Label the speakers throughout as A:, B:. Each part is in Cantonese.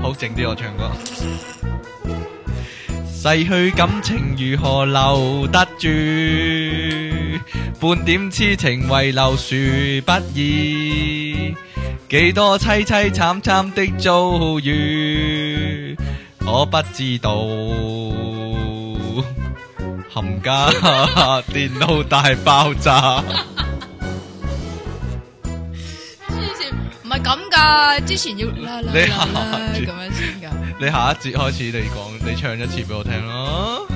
A: 好靜啲我唱歌。逝去感情如何留得住？半點痴情為留樹不易，幾多凄凄慘慘的遭遇，我不知道。冚家電腦大爆炸，
B: 黐線，唔係咁噶，之前要啦啦
A: 你
B: 啦啦
A: 下
B: 咁樣先噶。
A: 你下一節開始你講，你唱一次俾我聽咯。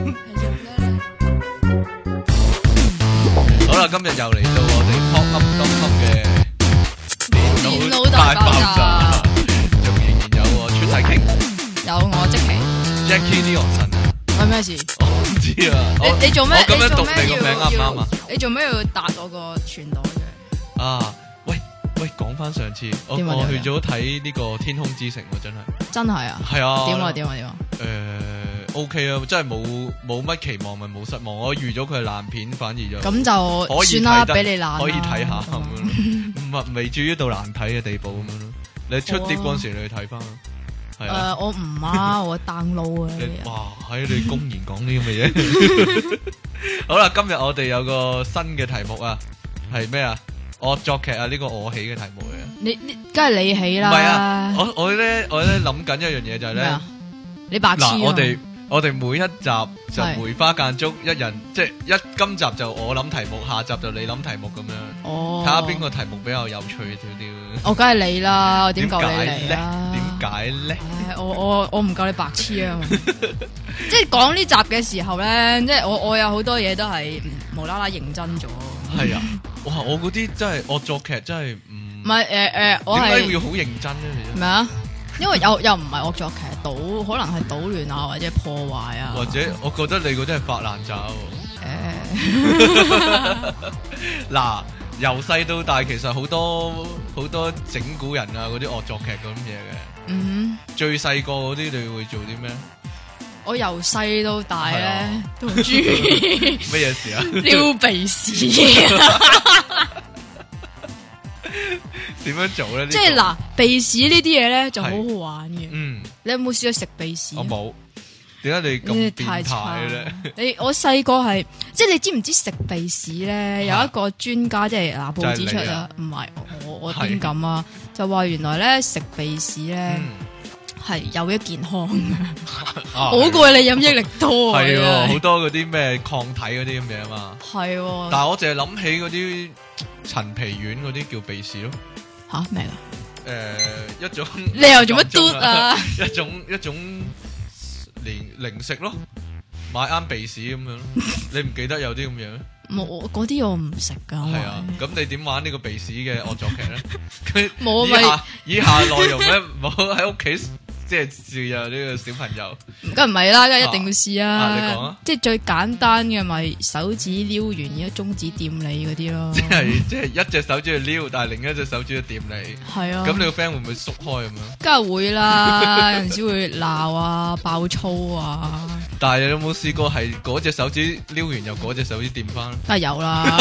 A: 好啦，今日又嚟到我哋 pop up dot com 嘅電
B: 電
A: 腦
B: 腦
A: 大
B: 大
A: 爆
B: 爆
A: 炸
B: 炸，
A: 仲仍然有我出體 king
B: 有我即期，
A: Jackie 呢 e o
B: 喂咩事？
A: 我唔知啊，我
B: 你你做咩？
A: 我咁樣
B: 你
A: 讀
B: 做咩
A: 你個名
B: 要
A: 啱唔啱啊？
B: 要你做咩要搭我個傳袋嘅？
A: 啊，喂喂，講翻上次，我
B: 點啊
A: 我
B: 點
A: 去
B: 啊
A: 咗睇呢個《天空之城》喎，真係
B: 真係啊？
A: 係啊，
B: 點啊點啊點啊！
A: 誒 OK 啊，真係冇冇乜期望，咪冇失望。我預咗佢係爛片，反而就
B: 咁就
A: 可以
B: 算啦，
A: 睇得
B: 俾你爛
A: 可以睇 下咁
B: 咁
A: 樣
B: 樣
A: 咯，唔係未至於到難睇嘅地步咁樣咯。你出碟嗰陣時，你去睇翻，係啊。
B: 誒，我唔 啊，我 download 啊呢
A: 你
B: 啲啊。
A: 哇，喺你公然講呢咁 嘅嘢。好啦，今日我哋有個新嘅題目啊，係咩啊？惡作劇啊，呢個我起嘅題目嚟
B: 你你梗係你起
A: 啊。唔
B: 啦。
A: 係啊，我我咧我咧諗緊一樣嘢就係
B: 咩
A: 咧
B: 啊，？你白痴啊
A: 嗱
B: 嘛
A: 我哋我哋每一集就
B: 係
A: 梅花間竹一人，即係一今集就我諗題目，下集就你諗題目咁樣，
B: 哦
A: 睇下邊個題目比較有趣少啲。
B: 我梗係你啦，我點夠
A: 解
B: 你嚟
A: 咧
B: 啊？？
A: 點解咧？
B: 唉，我我我唔夠你白痴啊！ 即係講呢集嘅時候咧，即係我我有好多嘢都係嗯無啦啦認真咗，唔
A: 係啊，哇！我嗰啲真係惡作劇真係唔
B: 係誒誒，我
A: 點解
B: 係
A: 要好認真咧？其實
B: 咩啊？因為又又唔係惡作劇，搗可能係搗亂啊，或者破壞啊，
A: 或者我覺得你嗰啲係發爛渣喎。
B: 誒
A: 嗱，由細到大其實好多好多整蠱人啊，嗰啲惡作劇咁嘢嘅。
B: 嗯，
A: 最細個嗰啲你會做啲咩？
B: 我由細到大
A: 係
B: 咧
A: 啊
B: 都唔中意
A: 咩嘢 事啊？
B: 撩鼻屎。
A: 點樣做咧？呢個
B: 即係，嗱，鼻屎呢啲嘢咧就好好玩嘅。
A: 嗯，
B: 你有冇試過食鼻屎啊？
A: 我冇。點解你
B: 呢
A: 咁
B: 啲
A: 變
B: 太
A: 態
B: 差
A: 嘅咧？
B: 你我細個係，即係你知唔知食鼻屎咧？有一個專家即係嗱，
A: 就係
B: 報
A: 你啊
B: 紙出啦，唔係我我我點咁啊？就話原來咧食鼻屎咧
A: 嗯
B: 係有益健康嘅，
A: 啊
B: 好過你飲益力多啊！
A: 係
B: 真
A: 喎，
B: 係
A: 好多嗰啲咩抗體嗰啲咁嘢啊嘛。
B: 係喎
A: 但係我淨係諗起嗰啲陳皮丸嗰啲叫鼻屎咯。
B: 吓咩啊？
A: 誒、一種
B: 你又做乜嘟啊？
A: 一種一種零零食咯，買啱鼻屎咁樣 咯。你唔記得有啲咁樣咩？
B: 冇我嗰啲我唔食噶，
A: 係啊，咁你點玩呢個鼻屎嘅惡作劇 咧？佢
B: 冇啊
A: 以
B: 咪
A: 下以下內容 咧，唔好喺屋企即係試啊呢個小朋友。
B: 梗唔係啦，梗係一定要試
A: 啊你講啊
B: 啊！即係最簡單嘅咪手指撩完，而家中指掂你嗰啲咯
A: 即， 係即係一隻手指去撩，但係另一隻手指去掂你。
B: 係啊。
A: 咁你個 friend 會唔會縮開咁樣？
B: 梗係會啦，有 陣時會鬧啊、爆粗啊，
A: 但係你有冇試過係嗰隻手指撩完又嗰隻手指掂翻？
B: 梗係有啦。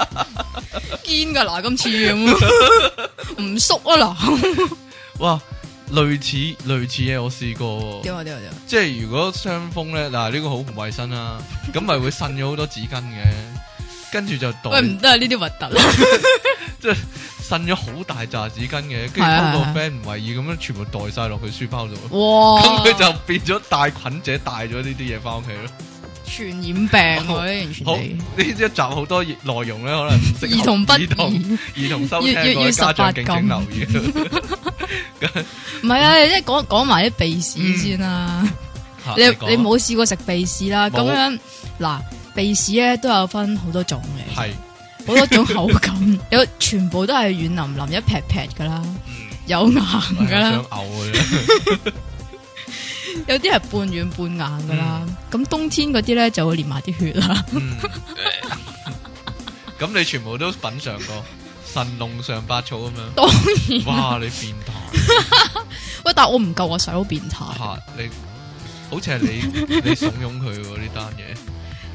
B: 堅噶嗱，今次咁， 唔縮啊嗱。
A: 哇！類似類似嘢我試過喎。
B: 點啊點啊點啊！
A: 即係如果傷風咧，嗱呢個好唔衛生啦，咁咪會呻咗好多紙巾嘅，跟住就袋
B: 喂，唔得啊，呢啲核突啦。
A: 即係呻咗好大扎紙巾嘅，跟住
B: 係啊
A: 嗰
B: 係啊
A: 個 friend 唔為意咁樣全部袋晒落佢書包度，
B: 哇！
A: 咁佢就變咗帶菌者帶咗呢啲嘢翻屋企咯。
B: 傳染病喎，完全
A: 好，
B: 係
A: 呢一集好多內容咧，可能唔適合
B: 兒童不宜
A: 兒童兒童收聽
B: 要要
A: 各位
B: 要
A: 家長
B: 18
A: 敬請留 意。
B: 唔係啊？即係講講埋啲鼻屎先啦。
A: 嚇
B: 嗯你
A: 講
B: 你冇試過食鼻屎啦？咁
A: 冇
B: 樣嗱，鼻屎咧都有分好多種嘅。
A: 係
B: 好多種口感，有全部都係軟淋淋一劈劈噶啦，有硬
A: 我
B: 噶
A: 嗯啊想
B: 啦，
A: 嘔嘅 啫，
B: 有啲係半軟半硬噶啦。咁冬天嗰啲咧就會連埋啲血啦，
A: 嗯 咁你全部都品嘗過神農嘗百草咁樣。
B: 當
A: 哇！你變態
B: 喂，但我唔夠我細佬變態，
A: 嚇你，好似係 你你慫恿佢喎呢單嘢。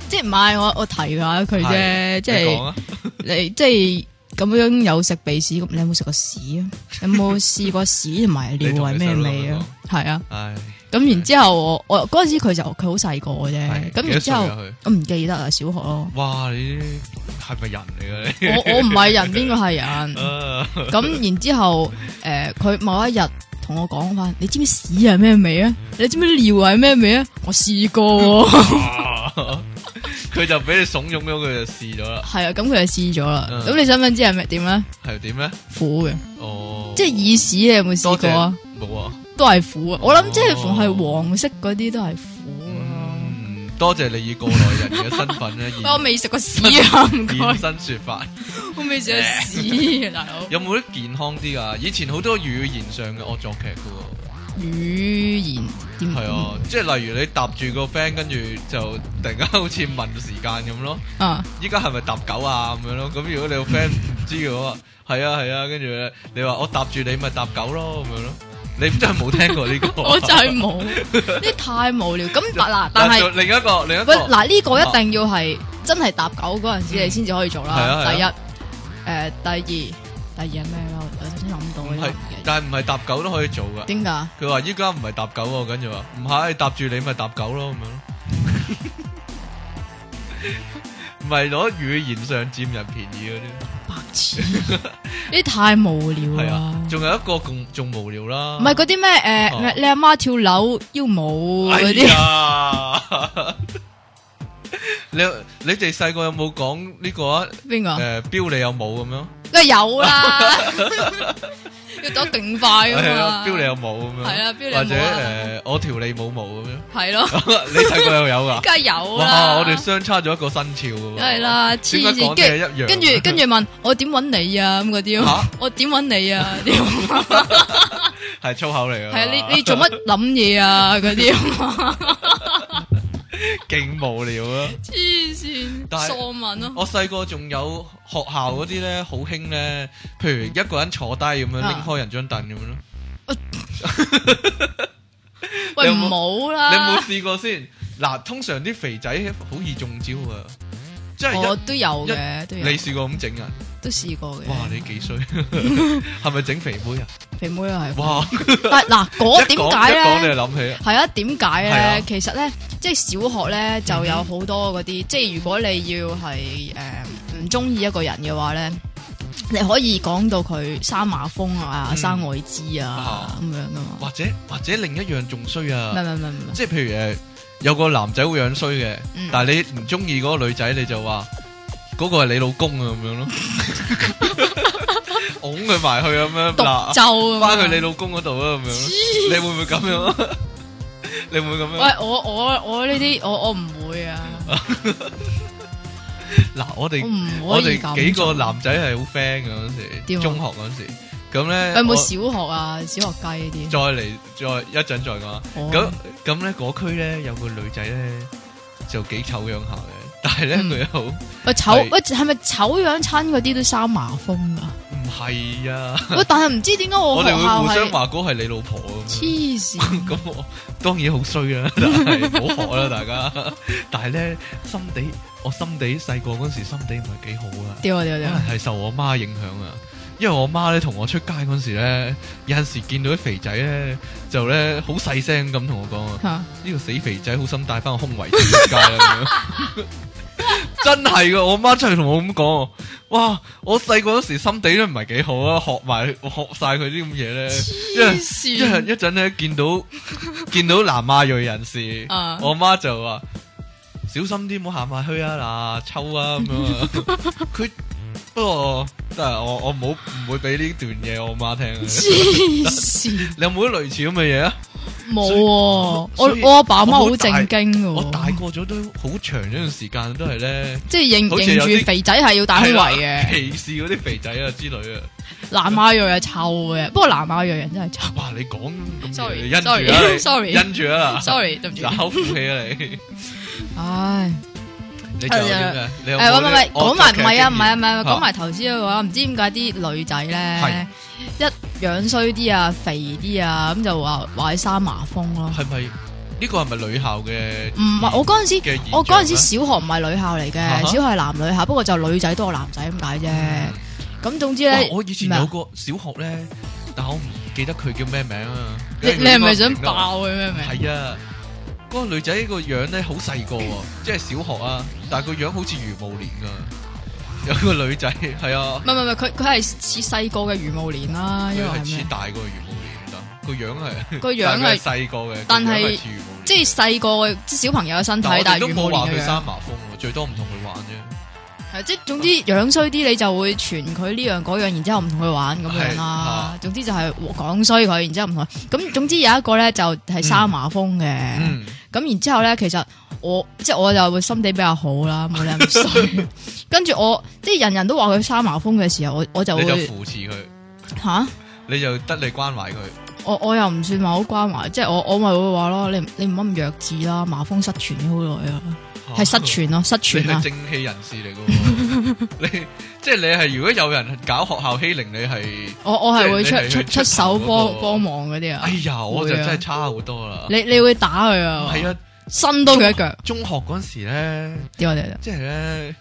B: 即係唔係我我提下佢
A: 係
B: 啫，即
A: 你講
B: 係
A: 啊，
B: 你即係咁樣有食鼻屎，咁你有冇食過屎啊？有冇試過屎同埋尿係咩味啊？係啊，
A: 唉，
B: 咁然之後我我嗰陣時佢就佢好細個嘅啫，
A: 係幾
B: 咁
A: 多
B: 然之
A: 歲啊
B: 後
A: 佢。
B: 我唔記得啊，小學咯
A: 哇，你係咪人嚟 嘅
B: 我我唔係人，邊個係人
A: 你？？
B: 嗯
A: 啊
B: 咁然之後誒，佢某一日同我講翻，你知唔知屎係咩味啊？你知唔知尿係咩味啊？我試過 喎，
A: 啊 佢就俾你慫恿咗，佢就試咗啦，
B: 係啊，咁佢就試咗啦。
A: 嗯
B: 咁你想唔想知係咩點咧？
A: 係點咧？
B: 苦嘅，
A: 哦，
B: 即係耳屎，你有冇試
A: 多
B: 過啊？
A: 謝冇啊，
B: 都係苦啊！我諗即係
A: 哦
B: 逢係黃色嗰啲都係苦啊。
A: 嗯，多謝你以過來人嘅身份 咧，
B: 喂我
A: 現
B: 未食過屎啊，唔該，
A: 現身說法。
B: 我未食過屎啊，大 佬。
A: 有冇啲健康啲噶？以前好多語言上嘅惡作劇噶
B: 語言點？
A: 喎，係 啊，即係例如你搭住個 friend，跟住就突然間好似問時間咁咯。
B: 啊，
A: 依家係咪搭狗啊咁樣咯？咁如 果你個 friend 唔知嘅話，係啊係啊，跟住咧你話我搭住你咪搭狗咯咁樣咯。你真係冇聽過呢個？
B: 我就 係冇，呢太無聊。咁但嗱，但係
A: 仲另一個另一個
B: 喂，嗱呢個一定要係真係搭狗嗰陣時，你先至可以做
A: 係啊
B: 啦。
A: 係
B: 第一，誒，第二，第二係咩啦？我頭先諗到
A: 唔係
B: 呢，
A: 但係唔係搭狗都可以做噶。
B: 點解？
A: 佢話依家唔係搭狗喎，跟住話唔係搭住你咪搭狗咯咁 樣咯，唔係攞語言上佔人便宜嗰啲。
B: 白 痴，呢太無聊
A: 係
B: 啦
A: 啊。，仲有一個仲仲無聊啦。
B: 唔係嗰啲咩誒咩？你阿媽跳樓腰舞嗰 啲。
A: 啲。你你哋細個有冇講呢個啊？
B: 邊個啊？
A: 誒，標你有冇咁樣？
B: 梗係有 啦，要走勁快噶
A: 係
B: 嘛
A: 啊，。標你有冇咁樣？
B: 係啊標你有冇
A: 或
B: 啊
A: 者誒，我條你冇毛咁樣。
B: 係咯，
A: 你細個又有噶？
B: 梗係有啦。
A: 哇！我哋相差咗一個生肖喎。
B: 梗係啦，
A: 點解
B: 黐
A: 講
B: 線，
A: 嘢
B: 跟
A: 一樣？
B: 跟住 跟住問我點揾你啊咁嗰啲咯
A: 吓，
B: 我點揾你啊？係
A: 係粗口嚟噶。
B: 啊，你你做乜諗嘢啊？嗰 啲
A: 勁無聊啊！
B: 黐線，
A: 但係哦
B: 傻問 咯，
A: 我細個仲有學校嗰啲咧，好興咧，譬如一個人坐低咁樣，拎
B: 啊
A: 開人張凳咁樣咯。你
B: 喂
A: 有冇
B: 唔好
A: 你有冇
B: 啦，
A: 試過先？嗱，通常啲肥仔好易中招啊！即係
B: 我
A: 一
B: 都有嘅，都有
A: 你試過咁整人，
B: 都試過嘅。
A: 哇！你幾衰， 係咪整肥妹啊？
B: 肥妹啊係，
A: 哇！
B: 但係嗱
A: 一
B: 嗰
A: 講
B: 點解
A: 一講
B: 咧
A: 你？就諗起啊，
B: 係啊，點解
A: 係啊嗯
B: 咧？其實咧，即係小學咧就有好多嗰啲，即係如果你要係誒唔中意一個人嘅話咧，你可以講到佢生麻風啊、
A: 嗯
B: 生艾滋啊咁樣噶嘛。
A: 或者或者另一樣仲衰
B: 唔係
A: 啊，
B: 唔係唔係唔係，
A: 即係譬如誒，有個男仔會樣衰嘅。
B: 嗯
A: 但系你唔中意嗰個女仔，你就話嗰、個係你老公啊咁樣 咯，拱佢埋去咁樣
B: 毒
A: 嗱，
B: 咒啊
A: 翻
B: 嘛
A: 去你老公嗰度啊咁樣咯，你會唔會咁樣 啊？你會唔會咁樣？
B: 喂，我我我呢啲我我唔會啊，
A: 嗱，我
B: 我
A: 哋
B: 唔
A: 我
B: 可以
A: 哋
B: 咁。
A: 幾個？男仔係好 friend 嘅嗰陣時，
B: 點啊
A: 中學嗰陣時，咁咧
B: 有冇
A: 我
B: 小學啊？小學雞呢啲？
A: 再嚟再一陣再講啊。
B: 哦
A: 咁咁咧嗰區咧有個女仔咧就幾醜樣下嘅，但係咧
B: 嗯
A: 佢又好唔
B: 喂醜
A: 係
B: 喂係咪醜樣親嗰啲都生麻風啊？
A: 係啊，
B: 喂，但係唔知點解我
A: 我
B: 學
A: 哋會
B: 校
A: 互相
B: 係
A: 話嗰係你老婆咁樣。
B: 黐線。
A: 咁我當然好衰啦，但係唔好學啦，大家。 但係咧，心地我心地細個嗰時心地唔係幾好啊，
B: 屌啊屌
A: 可
B: 啊屌
A: 能
B: 啊！
A: 係受我媽影響啊。因為我媽咧同我出街嗰時咧，有陣時見到啲肥仔咧，就咧好細聲咁同我講啊，
B: 吓
A: 呢、個死肥仔好心帶翻個胸圍出街啦咁樣。真係噶，我媽真係同我咁講，哇！我細個嗰時心地都唔係幾好啊，學埋 學晒佢啲咁嘢咧，因為
B: 黐
A: 一陣
B: 線
A: 一陣咧見到 見到南亞裔人士，
B: 啊！
A: 我媽就話小心啲，唔好行埋去啊！嗱，抽啊咁樣 啊。佢不過真係我我唔好唔會俾呢段嘢我媽聽啊。
B: 黐線
A: 你有冇啲類似咁嘅嘢啊？
B: 冇喎，我
A: 所以
B: 我阿爸阿媽
A: 我好
B: 好
A: 大
B: 正經嘅
A: 我大
B: 喎，
A: 個咗都好長一段時間都係咧，
B: 即係認
A: 好似
B: 認
A: 有啲
B: 住肥仔係要戴胸圍
A: 係啦
B: 嘅，
A: 歧視嗰啲肥仔啊之類啊。
B: 南亞裔係臭嘅，不過南亞裔人真係臭。
A: 哇！你講咁
B: Sorry，
A: 嘢，因住啊 你
B: sorry，sorry
A: 因住啊嗱
B: Sorry，對唔住。
A: 搞負氣啊你！
B: 唉，
A: 你仲有啲咩？你有
B: 誒
A: 冇
B: 喂喂喂
A: 啲，
B: 講埋唔係
A: 惡作劇
B: 啊，
A: 經驗
B: 唔啊係啊，唔係啊，
A: 啊
B: 講埋頭先嗰個啊，唔知點解啲女仔咧一樣衰啲啊，肥啲啊，咁就話話佢生麻風咯。
A: 系咪呢個係咪女校嘅？
B: 唔係，我嗰陣時
A: 嗯嘅現象
B: 我嗰陣時
A: 咧
B: 小學唔係女校嚟
A: 啊
B: 嘅，
A: 哈嗯
B: 小學係男女校，不過就女仔多過男仔咁解啫。咁總之
A: 哇
B: 咧，
A: 我以前
B: 咩啊
A: 有個小學咧，但我唔記得佢叫咩名啊。
B: 你你係咪想
A: 梗係嗰個名啦
B: 爆佢咩名？
A: 系啊，嗰、個女仔個樣咧好細個喎，即係小學啊，但係個樣好似余慕蓮噶。 有個女仔係啊
B: 唔，係唔係唔係，佢佢係似細個嘅余慕蓮啦，
A: 佢
B: 因為
A: 係
B: 係
A: 似
B: 咩？
A: 大過余慕蓮噶，個樣係
B: 哎個 樣係
A: 細個嘅，
B: 但
A: 個樣
B: 係
A: 似余慕蓮。
B: 即係細個嘅即係小朋友嘅身體
A: 但，
B: 但
A: 係
B: 係
A: 都
B: 余慕
A: 冇話
B: 蓮
A: 佢
B: 嘅樣
A: 生麻風喎，最多唔同佢玩啫。
B: 係即係總之樣衰啲，你就會傳佢呢樣嗰樣，然之後唔同佢玩咁樣
A: 係
B: 啦
A: 啊。
B: 總之就係講衰佢，然之後唔同佢。咁總之有一個咧就係沙麻風嘅。
A: 嗯，
B: 咁然之後咧，其實我即係我就會心地比較好啦，冇你咁 衰。跟住我即係人人都話佢生麻風嘅時候，我我就
A: 你就
B: 會
A: 扶持佢，
B: 吓、
A: 你就得你關懷佢。
B: 我我又唔算話好關懷，即係我我咪會話咯，你你唔好咁弱智啦，麻風失傳咗好耐啊，係失傳咯，失
A: 哦你
B: 傳啊
A: 係，正氣人士嚟噶喎， 你即係你係如果有人搞學校欺凌，你係
B: 我我係會
A: 即係你
B: 出
A: 係
B: 出
A: 去
B: 出手
A: 出頭嗰
B: 幫
A: 個
B: 幫忙嗰啲啊
A: 哎，呀，我就
B: 會啊
A: 真係差好多啦。
B: 你你會打佢啊，
A: 係啊，
B: 伸多佢一 腳，
A: 中學嗰阵时咧，
B: 點啊點啊，
A: 即係咧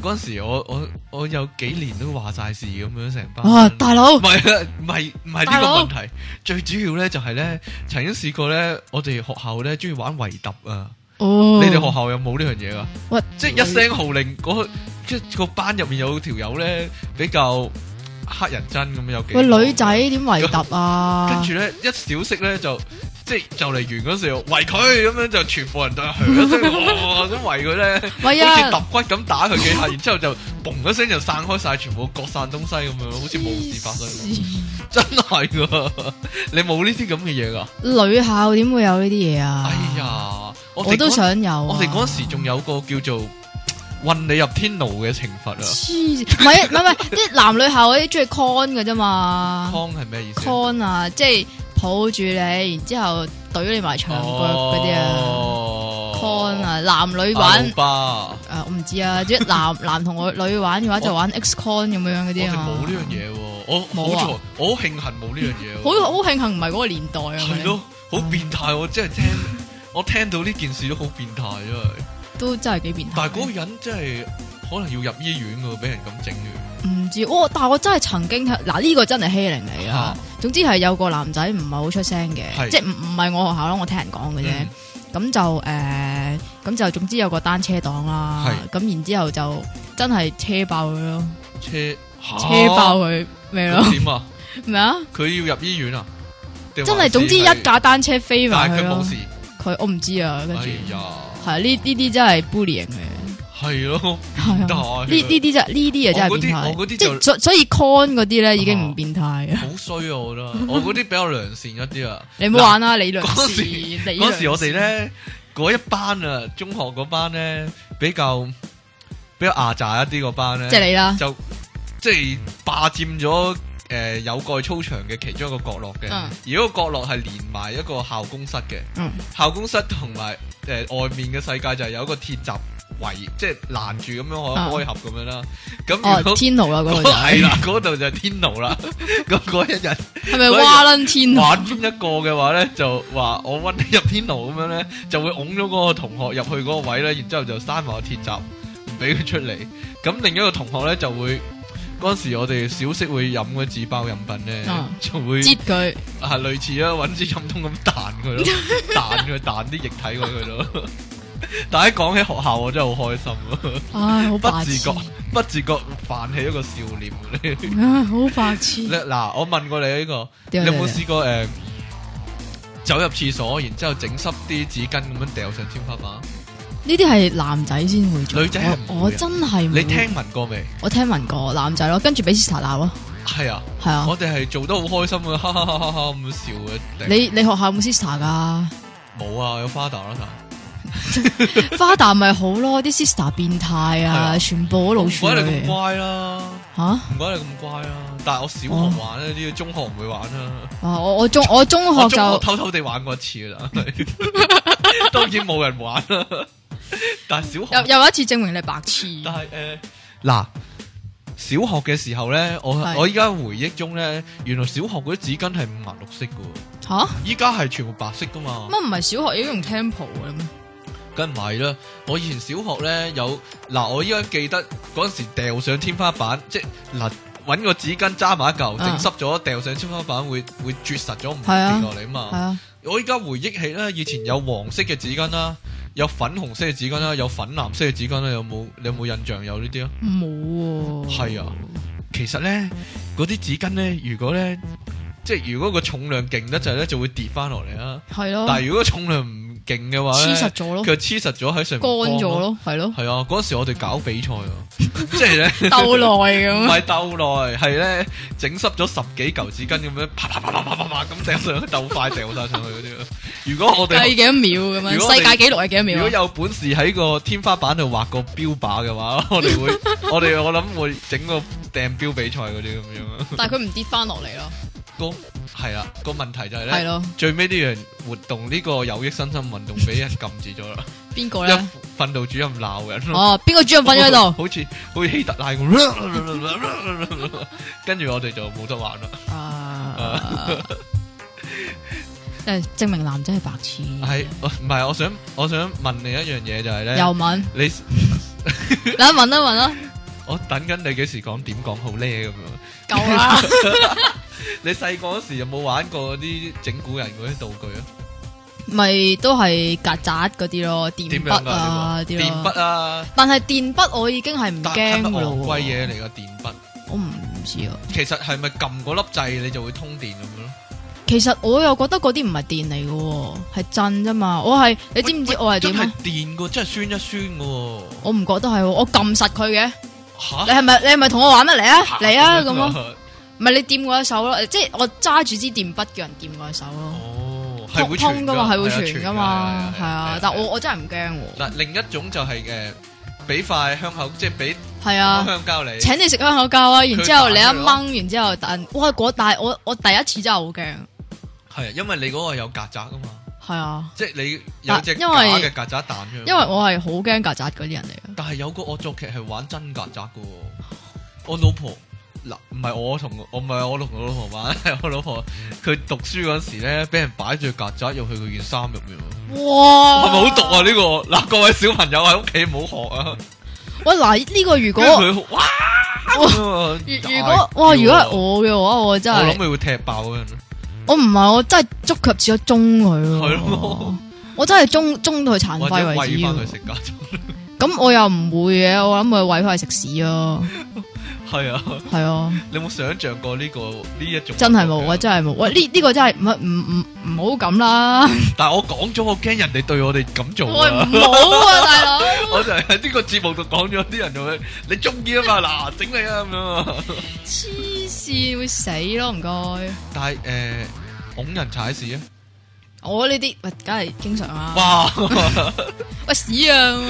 A: 嗰阵时我我我有幾年都話晒事咁樣成班。
B: 哇大佬
A: 唔係啊，唔係唔係
B: 大
A: 呢個
B: 佬
A: 問題，最主要咧就係咧，曾經試過咧，我哋學校咧中意玩圍揼啊。
B: 哦，
A: 你哋學校有冇呢樣嘢噶？
B: 喂
A: 即係一聲號令，嗰即係個班入面有條友咧比較黑人憎咁，有幾個
B: 喂女仔點圍揼啊？
A: 跟住咧一小息咧就即係就嚟完嗰時候圍佢咁樣就全部人都響一聲，哇咁圍佢咧，
B: 喂
A: 好似
B: 啊
A: 揼骨咁打佢幾下，然之後就嘣一聲就散開晒，全部各散東西咁樣，好似冇事發生咁，真係噶！你冇呢啲咁嘅嘢
B: 啊
A: 噶？
B: 女校點會有呢啲嘢啊？
A: 哎，呀，我哋
B: 我都
A: 嗰
B: 想有啊，
A: 我哋嗰時仲有個叫做混你入天奴嘅懲罰啊
B: 黐線，唔係唔係唔係，啲男女校嗰啲中意 con 嘅啫嘛
A: 康係咩意思啊？
B: con 啊，即係抱住你，然之後懟你埋牆腳
A: 哦
B: 嗰啲啊，con 啊，男女玩
A: 吧，我
B: 誒我唔知啊，即係男男同女玩嘅話就
A: 哦
B: 玩 x con 咁樣嗰
A: 哋
B: 啲啊嘛
A: 哦冇呢樣嘢喎，我
B: 冇啊
A: 好在我好慶幸冇呢樣嘢
B: 好
A: 喎，
B: 好慶幸唔係嗰個年代啊，
A: 係咯，好變態，我真係聽我聽到呢件事都好變態啊真係，
B: 都真係幾變態。
A: 但係嗰個人真係可能要入醫院喎，俾人咁整完，
B: 唔知，我但係我真係曾經聽嗱呢個真係欺凌嚟啦
A: 啊。
B: 總之係有個男仔唔係好出聲嘅，
A: 係
B: 即係唔唔係我學校咯，我聽人講嘅啫
A: 嗯。
B: 咁就誒，呃咁就總之有個單車黨啦。咁然之後就真係車爆佢咯，
A: 車
B: 車爆
A: 嚇
B: 佢咩 咯
A: 咁？點啊？
B: 咩啊？
A: 佢要入醫院啊？定
B: 真
A: 還
B: 係
A: 是
B: 總之一，架單車飛埋
A: 但係
B: 佢
A: 佢
B: 咯
A: 冇。事，
B: 佢我唔知啊，跟住
A: 哎
B: 係
A: 呀！
B: 啊呢呢啲真係 bullying 嘅，
A: 系咯，
B: 係
A: 但
B: 啊。
A: 係
B: 呢呢啲真呢啲啊真係
A: 我嗰啲
B: 變
A: 我
B: 態，
A: 嗰啲
B: 即
A: 就
B: 係所所以 con 嗰啲咧已經唔
A: 啊
B: 變態啊！
A: 好衰啊！我覺得我嗰啲比較良善一啲啊。
B: 你唔好玩啦，理論
A: 嗰
B: 時
A: 時
B: 理
A: 嗰
B: 論
A: 時我哋咧嗰一班啊，中學嗰班咧比較比較牙渣一啲嗰班咧，
B: 即係你啦，
A: 就即係霸佔咗诶有蓋操場嘅其中一個角落嘅，
B: 嗯
A: 而嗰個角落係連埋一個校公室嘅，
B: 嗯
A: 校公室同埋诶外面嘅世界就係有一個鐵閘圍，即係攔住咁樣可
B: 啊
A: 以開合咁樣啦。咁如
B: 哦
A: 果
B: 天奴啦嗰個就
A: 系啦，嗰度 就係天奴啦。咁嗰一日
B: 係咪蛙撚天奴？
A: 玩邊一個嘅話咧，就話我温入天奴咁樣咧，就會拱咗嗰個同學入去嗰個位咧，然之後就閂埋個鐵閘，唔俾佢出嚟。咁另一個同學咧就會嗰陣時我哋小息會飲嗰紙包飲品咧，
B: 嗯
A: 就會
B: 截佢，
A: 啊類似啦，揾支飲筒咁彈佢咯，彈佢彈啲液體過去咯。但係講起學校，我真係好開心啊！
B: 唉，好
A: 不
B: 白
A: 自
B: 痴
A: 覺，不自覺泛起一個笑臉。你
B: 唉，好白痴
A: 你。嗱，我問過你呢個。
B: 你
A: 你有冇試過誒走入廁所，然之後整濕啲紙巾咁樣掉上天花板？
B: 呢啲係男仔先會做，
A: 女仔係唔會
B: 我
A: 啊
B: 我真係冇
A: 你聽聞過未？
B: 我聽聞過男仔咯，跟住俾 sister 鬧咯，
A: 係啊，
B: 係啊。
A: 我哋係做得好開心啊嘅，哈哈哈哈哈咁笑嘅。
B: 你你學校有冇 sister 噶
A: 冇啊？有花旦啦，
B: ？Father 咪好咯，啲 sister 變態啊，
A: 係啊
B: 全部都
A: 但
B: 老
A: 唔
B: 鼠
A: 怪你咁
B: 女嚟
A: 乖啦，
B: 嚇。啊
A: 唔怪你咁乖啦。但係我小
B: 哦
A: 學玩呢啲，中學唔會玩啦。
B: 我我中我中
A: 我
B: 學
A: 中學
B: 就
A: 偷偷地玩過一次啦， 當然冇人玩啦。但係小學
B: 又又一次證明你白痴。
A: 但係诶，嗱、小學嘅時候咧，我
B: 係
A: 我依家回憶中咧，原來小學嗰啲紙巾係五顏六色嘅喎，
B: 吓？
A: 依家係全部白色噶嘛，
B: 乜唔係小學已經用 temple 嘅咩？
A: 梗唔係啦。我以前小學咧有嗱，我依家記得嗰陣時掉上天花板，即係嗱搵個紙巾揸埋一嚿，
B: 啊
A: 整濕咗掉上天花板會會啜實咗，唔
B: 係啊
A: 跌落嚟啊嘛。
B: 啊，
A: 我依家回憶起咧，以前有黃色嘅紙巾啦，有粉紅色嘅紙巾啦，有粉藍色嘅紙巾啦，有冇你有冇印象有呢啲啊？
B: 冇喎。
A: 係啊其實咧，嗰啲紙巾咧，如果咧，即係如果個重量勁得滯咧，就會跌翻落嚟啦。
B: 係咯，
A: 但係如果重量唔勁嘅話
B: 哦黐
A: 咧，
B: 實咗咯
A: 佢，就黐實咗喺上面
B: 乾
A: 乾。
B: 咗咯，係咯，
A: 係啊，嗰時我哋搞比賽 啊，即係咧
B: 鬥耐
A: 唔
B: 咁。啊
A: 係鬥耐，係咧整濕咗十幾嚿紙巾咁樣，啪啪啪啪啪啪啪咁掉上去，鬥快掉晒上去嗰啲咯。啊如果我
B: 計
A: 哋
B: 幾多秒咁
A: 如果
B: 樣？
A: 我哋
B: 世界紀錄係幾多
A: 如
B: 秒
A: 果
B: 啊？
A: 有本事喺個天花板度畫個標靶嘅話，我哋會我哋我諗會整個掟標比賽嗰啲咁樣啊。
B: 但係佢唔跌翻落嚟咯，
A: 個係啦，個問題就係啊
B: 係
A: 咧，
B: 咯，
A: 最尾呢樣活動呢個有益身心運動俾人禁止咗啦，
B: 邊個
A: 一
B: 咧？
A: 訓導主任鬧人咯。
B: 哦，邊個主任瞓咗喺 度？
A: 好似好似希特拉咁， 跟住我哋就冇得玩啦。
B: 啊！ 誒，證明男仔係白痴。
A: 系，我唔係？我想我想問你一樣嘢就係咧，
B: 又問，
A: 你
B: 你一問啦問啦，
A: 我等緊你幾時講點講好咧咁樣。
B: 夠啦！
A: 你細個嗰時有冇玩過啲整蠱人嗰啲道具啊？
B: 咪都係曱甴嗰啲咯，電
A: 點樣
B: 筆
A: 噶？
B: 啊
A: 你
B: 啲
A: 話電筆
B: 咯。
A: 啊，
B: 但係電筆我已經係唔
A: 但
B: 驚
A: 係
B: 噶
A: 乜
B: 咯
A: 昂
B: 喎
A: 貴，嘢嚟噶電筆。
B: 我唔知啊。
A: 其實係咪撳嗰粒掣你就會通電咁樣咯？
B: 其實我又覺得嗰啲唔係電嚟嘅，係震啫嘛。我係你知唔知我係
A: 真
B: 點
A: 係
B: 啊？
A: 電噶，真係酸一酸噶喎。
B: 我唔覺得係喎，我撳實佢嘅。
A: 吓
B: 你係咪你係咪同我玩啊？嚟啊
A: 啊嚇
B: 嚟啊
A: 樣
B: 咁咯。唔係你掂我一手咯，即係我揸住支電筆叫人掂我一手咯。
A: 哦，係
B: 通
A: 會
B: 通
A: 傳㗎
B: 噶嘛，係
A: 係啊
B: 會
A: 傳
B: 傳
A: 㗎
B: 噶嘛，係啊。但我
A: 我
B: 我真係唔驚喎。
A: 嗱另一種就係誒，俾塊香口，即係俾
B: 係
A: 包
B: 啊，
A: 香膠你。
B: 請你食香口膠啊，然之後你一
A: 佢彈
B: 掹，然之後但哇嗰但係我我第一次真係好驚，
A: 係啊，因為你嗰個有曱甴啊嘛，
B: 係啊，
A: 即係你有隻假
B: 但因為
A: 嘅曱甴彈出嚟。
B: 因為我係好驚曱甴嗰啲人嚟嘅。
A: 但係有個惡作劇係玩真曱甴嘅喎，我老婆嗱唔係我同我唔係我同我老婆玩， 係我老婆
B: 嗯
A: 佢讀書嗰時咧，俾人擺住曱甴入去佢件衫入面喎。係
B: 哇！
A: 咪好毒啊？呢個嗱，各位小朋友喺屋企唔好學啊！
B: 喂，嗱呢個如
A: 跟
B: 果
A: 住佢哇
B: 哇
A: 咁啊，
B: 如
A: 大
B: 如果哇，如果
A: 叫
B: 係
A: 喎
B: 我嘅話，我真
A: 我諗
B: 係
A: 佢會踢爆嗰人咯。
B: 我唔係我真係捉腳趾咗中佢
A: 係
B: 咯
A: 咯，
B: 我真係中中到佢殘
A: 或者
B: 廢為
A: 喂
B: 止
A: 翻
B: 喎
A: 佢。食曱甴，
B: 咁我又唔會嘅，我諗佢喂翻去食屎咯，
A: 係啊！
B: 係啊，
A: 你有冇想象過呢個呢一種？
B: 真係冇啊，！真係冇。喂，呢呢個真係唔唔唔唔好咁啦，
A: 但係我講咗，我驚人哋對我哋咁做
B: 喂唔
A: 啊！
B: 好啊，大佬。
A: 我就係喺呢個節目度講咗，啲人就會你中意啊嘛，嗱整你啊咁樣啊！
B: 黐線會死咯，唔該。
A: 但係誒，拱人踩屎啊！
B: 我呢啲喂，梗係經常啊。
A: 哇！
B: 喂屎啊！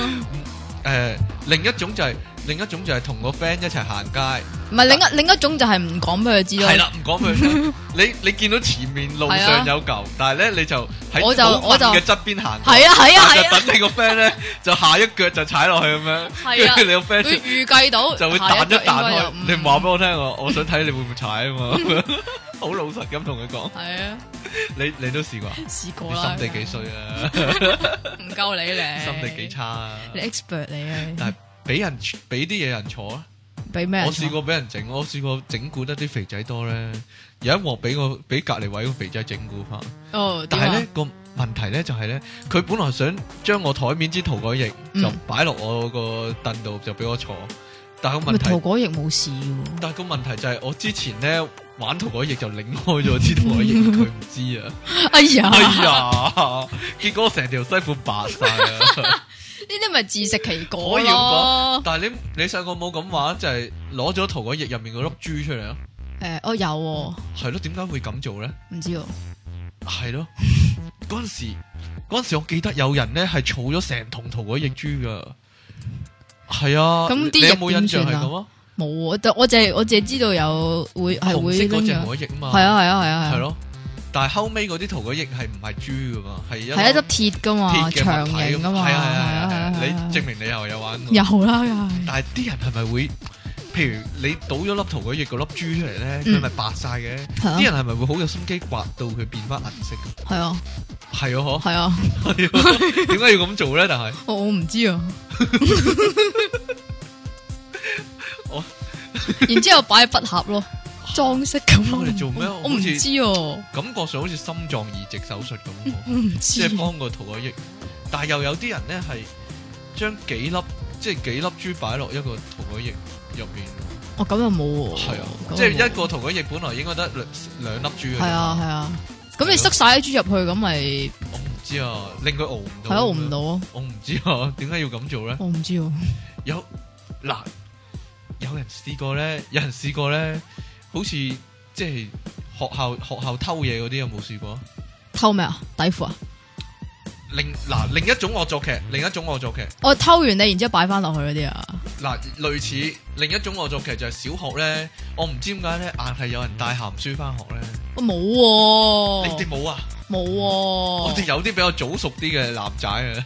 A: 誒，另一種就係另一種就係同個 friend 一齊行街。
B: 唔係另一另一種就係唔講俾佢知
A: 系
B: 咯。
A: 啦，唔講佢聽。你你見到前面路
B: 係啊
A: 上有嚿，但係咧你就喺
B: 我就
A: 好近
B: 我就
A: 嘅側邊行過，
B: 係啊係啊
A: 但
B: 係
A: 就
B: 啊，
A: 等你個 friend 咧就下一腳就踩落去咁
B: 係
A: 樣，
B: 啊
A: 跟住你個 friend
B: 會預計到
A: 就會
B: 下
A: 彈
B: 腳
A: 一
B: 應
A: 彈
B: 該
A: 開
B: 有。
A: 你唔話俾我聽，我我想睇你會唔會踩啊嘛， 好老實咁同佢講。
B: 係啊，
A: 你你都試過啊，
B: 試過
A: 你
B: 啦。
A: 心地幾衰啊，
B: 唔夠你咧？
A: 心地幾？差啊，
B: 你 expert 你啊？
A: 但係俾人俾啲嘢人坐啊。
B: 俾咩人
A: 我
B: 坐？
A: 試過俾人整，我試過整蠱得啲肥仔多咧，有一鑊俾個俾隔離位個肥仔整蠱翻。
B: 哦，點
A: 但係
B: 啊
A: 咧？個問題咧就係咧，佢本來想將我台面支塗改液
B: 嗯
A: 就擺落我個凳度就俾我坐，但係個問
B: 咪涂
A: 題，
B: 果液冇事嘅喎。
A: 但係個問題就係我之前咧玩塗改液就擰開咗支塗改液，佢唔知 啊，
B: 哎呀，
A: 哎
B: 呢
A: 呀，結果成條西褲白晒啊！
B: 啲咪自食其果
A: 可以咁講
B: 咯。
A: 但係你你細個冇咁玩，就係攞咗塗改液入面嗰粒珠出嚟咯，
B: 誒，我有喎，
A: 係咯，點解會咁做咧？
B: 唔知喎。
A: 係咯，嗰阵时嗰阵时我記得有人咧係儲咗成桶桃果液珠噶，係啊，
B: 咁啲
A: 你有
B: 液
A: 冇
B: 點
A: 印象係
B: 算啊
A: 咁啊？
B: 冇喎，但我淨係我淨係知道有會
A: 紅
B: 係
A: 色
B: 會
A: 嗰
B: 咁
A: 隻
B: 樣
A: 桃。果液啊嘛，
B: 係，啊係啊係啊
A: 係
B: 係啊。
A: 咯，但係後尾嗰啲桃果液係唔係珠噶嘛，係一
B: 係
A: 粒
B: 一粒鐵噶嘛，
A: 鐵嘅
B: 長
A: 物體
B: 形
A: 咁
B: 噶嘛，
A: 係啊係啊係啊，
B: 係啊
A: 你證明你又有玩過，
B: 有啦，又係
A: 但係啲人係咪會？譬如你倒咗粒桃果液嗰粒珠出嚟咧，佢咪白晒嘅？
B: 係啊
A: 啲人係咪會好有心機刮到佢變翻銀色㗎？
B: 係啊
A: 係 啊，嗬，係
B: 係啊，
A: 啊，點解要咁做咧？但 係。
B: 我我唔知啊， 然之后摆喺筆盒 咯，裝飾咁咯。
A: 我哋做咩
B: 我唔
A: 好
B: 知
A: 似
B: 喎，
A: 感覺上好似心臟移植手術咁喎。
B: 我唔
A: 即
B: 知
A: 係。幫個圖個益，但係又有啲人咧係將幾粒即係幾粒珠擺落一個圖個益入面，
B: 我哦咁又冇喎。
A: 係啊，
B: 咁
A: 即係
B: 又冇
A: 一個圖個益本來應該得兩兩粒珠嘅，
B: 係啊係，啊。咁你
A: 係咯
B: 塞晒啲豬入去，咁咪係
A: 我唔知啊，令佢熬唔到，
B: 啊，我唔到，啊，
A: 我唔知啊，點解要咁做咧？
B: 我唔知喎。
A: 有嗱，有人試過咧，有人試過咧，好似即係學校學校偷嘢嗰啲有冇試過？
B: 偷咩啊？底褲啊？
A: 另嗱另一種惡作劇，另一種惡作劇。
B: 我哦偷完你，然之後擺翻落去嗰啲啊？
A: 嗱，類似另一種惡作劇就係小學咧，我唔知點解咧，硬係有人帶鹹書翻學咧。
B: 我
A: 你哋
B: 冇喎，
A: 冇啊？
B: 冇
A: 我哋
B: 喎，
A: 有啲比較早熟啲嘅男仔啊，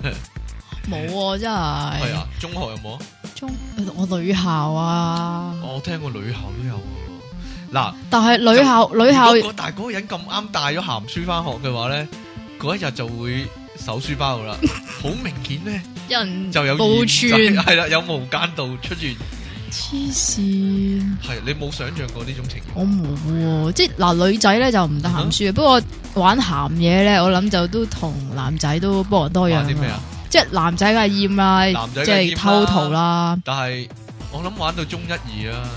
B: 冇喎，真係。
A: 係啊，中學有冇啊？
B: 中我女校啊，
A: 我聽過女校都有喎。嗱，
B: 但係女校女校
A: 如果嗰但係嗰個人咁啱帶咗鹹書翻學嘅話咧，嗰一日就會搜書包噶 啦，好明顯咧
B: 人
A: 就有
B: 報
A: 現啊
B: 串
A: 制，係啦，有無間道出現，
B: 黐線。
A: 係你冇想象過呢種情形。
B: 我冇喎，即係嗱女仔咧就唔得鹹
A: 嗯
B: 書，啊不過玩鹹嘢咧，我諗就都同男仔都不遑多
A: 玩
B: 讓
A: 啲咩啊？？
B: 即係男仔梗係厭啦，
A: 男仔梗係厭啦
B: 即係偷圖啦，
A: 但係我諗玩到中一二啊。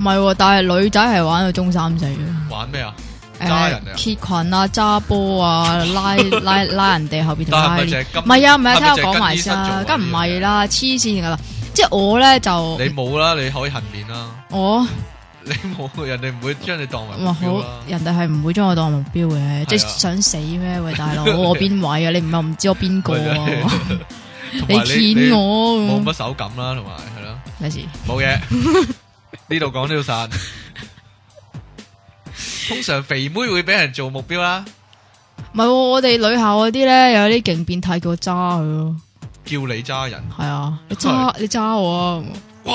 B: 唔係喎，但係女仔係玩到中三四嘅，
A: 玩咩啊？揸人
B: 誒
A: 啊
B: 揭裙啊、揸波啊、拉拉拉人哋後邊條
A: 但係
B: 拉
A: 咪就係
B: 鏈
A: 金？
B: 唔係啊，唔係啊，
A: 係
B: 聽
A: 咪
B: 我
A: 就係
B: 講埋
A: 跟醫
B: 先
A: 生做
B: 啦
A: 啊，
B: 梗唔係啦，黐線噶啦，即係我咧就
A: 你冇啦，你可以幸免啦。
B: 我
A: 你冇，人哋唔會將你當為目標
B: 哇
A: 啊
B: 好
A: 啦，。
B: 人哋係唔會將我當目標嘅，即係想死咩？喂大佬，我邊位啊？你唔係唔知我邊個
A: 喂 真
B: 啊？
A: 同埋
B: 你骗，我啊
A: 冇
B: 咁
A: 乜手感啦，同埋係咯，
B: 咩事？
A: 冇嘢。呢度講呢度散。通常肥妹會俾人做目標啦，
B: 唔係喎，我哋女校嗰啲咧有啲勁變態叫我揸佢咯，
A: 叫你揸人。
B: 係啊，你揸你揸我啊，
A: 哇，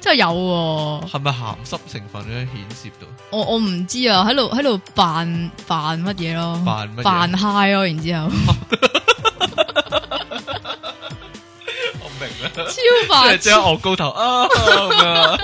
B: 真係有喎，
A: 係咪鹹濕成分咧顯示到？
B: 我我唔知啊，喺度喺度扮扮乜嘢咯，
A: 扮乜
B: 扮
A: 嘢？
B: 啊 high 咯，然 之後
A: 我明啦，
B: 超
A: 即
B: 白
A: 係
B: 痴
A: 即，刻昂高頭啊咁樣啊！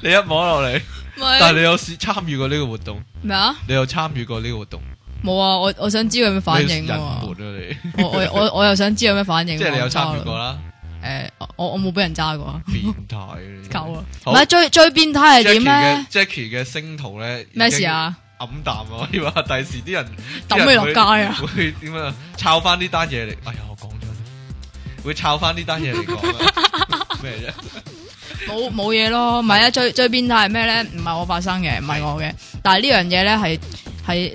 A: 你一摸落嚟，但係
B: 咪
A: 你有試參與過呢個活動？
B: 啊咩啊？
A: 你有參與過呢個活動？
B: 冇啊，我我想知佢有咩反
A: 你
B: 應
A: 人
B: 啊
A: 活啊你，
B: 我我我我又想知有咩反應，啊
A: 即係你有
B: 我揸
A: 參
B: 啦
A: 與過啦，
B: 誒，我我冇俾人揸過啊，
A: 變態啊你
B: 夠啊！唔
A: 好
B: 係最最變態係點
A: Jackie
B: 咧
A: 嘅？Jackie 嘅星途咧，
B: 咩事？啊？
A: 暗淡啊！要話第時啲人
B: 抌你落街啊！
A: 會點啊？抄翻呢單嘢嚟，哎呀，我講咗，會抄翻呢單嘢嚟講啊！ 咩啫？
B: 冇冇嘢咯，唔係啊！最最變態係咩咧？唔係我發生嘅，唔係我嘅，但係呢樣嘢咧係係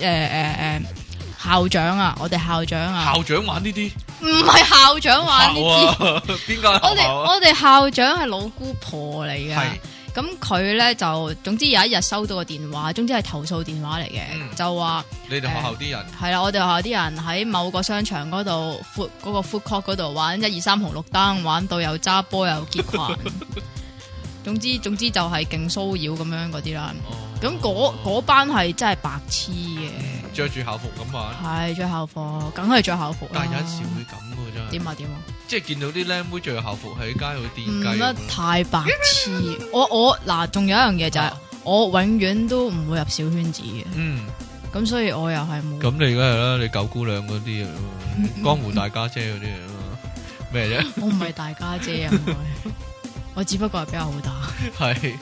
B: 誒誒誒校長啊，我哋校長啊，
A: 校長玩呢啲，
B: 唔係校長玩呢啲，
A: 校啊！邊間學
B: 我哋
A: 校啊？
B: 我啊哋校長係老姑婆嚟㗎。
A: 係
B: 咁佢咧就總之有一日收到個電話，總之係投訴電話嚟嘅，
A: 嗯
B: 就話
A: 你哋學校啲人
B: 係啦，我哋學校啲人喺某個商場嗰度 food 嗰個 food court 嗰度玩一二三紅綠燈，玩到又揸波又結群， 總之總之就係勁騷擾咁樣嗰啲啦。
A: 哦
B: 咁嗰嗰班係真係白痴嘅，
A: 着住校服咁玩，
B: 係着校服，梗係着校服啦
A: 但係有陣時會咁嘅真係，
B: 點啊點啊，
A: 即係見到啲僆妹着校服喺街度
B: 唔
A: 電雞咁
B: 得
A: 樣。
B: 太白痴。我我嗱，仲有一樣嘢就係、
A: 啊
B: 我永遠都唔會入小圈子嘅，
A: 嗯。
B: 咁所以我又係冇。
A: 咁你梗係啦，你九姑娘嗰 啲啊，江湖大家姐嗰啲啊，咩啫？
B: 我唔係大家姐啊， 唔係我只不過係比較好打。
A: 係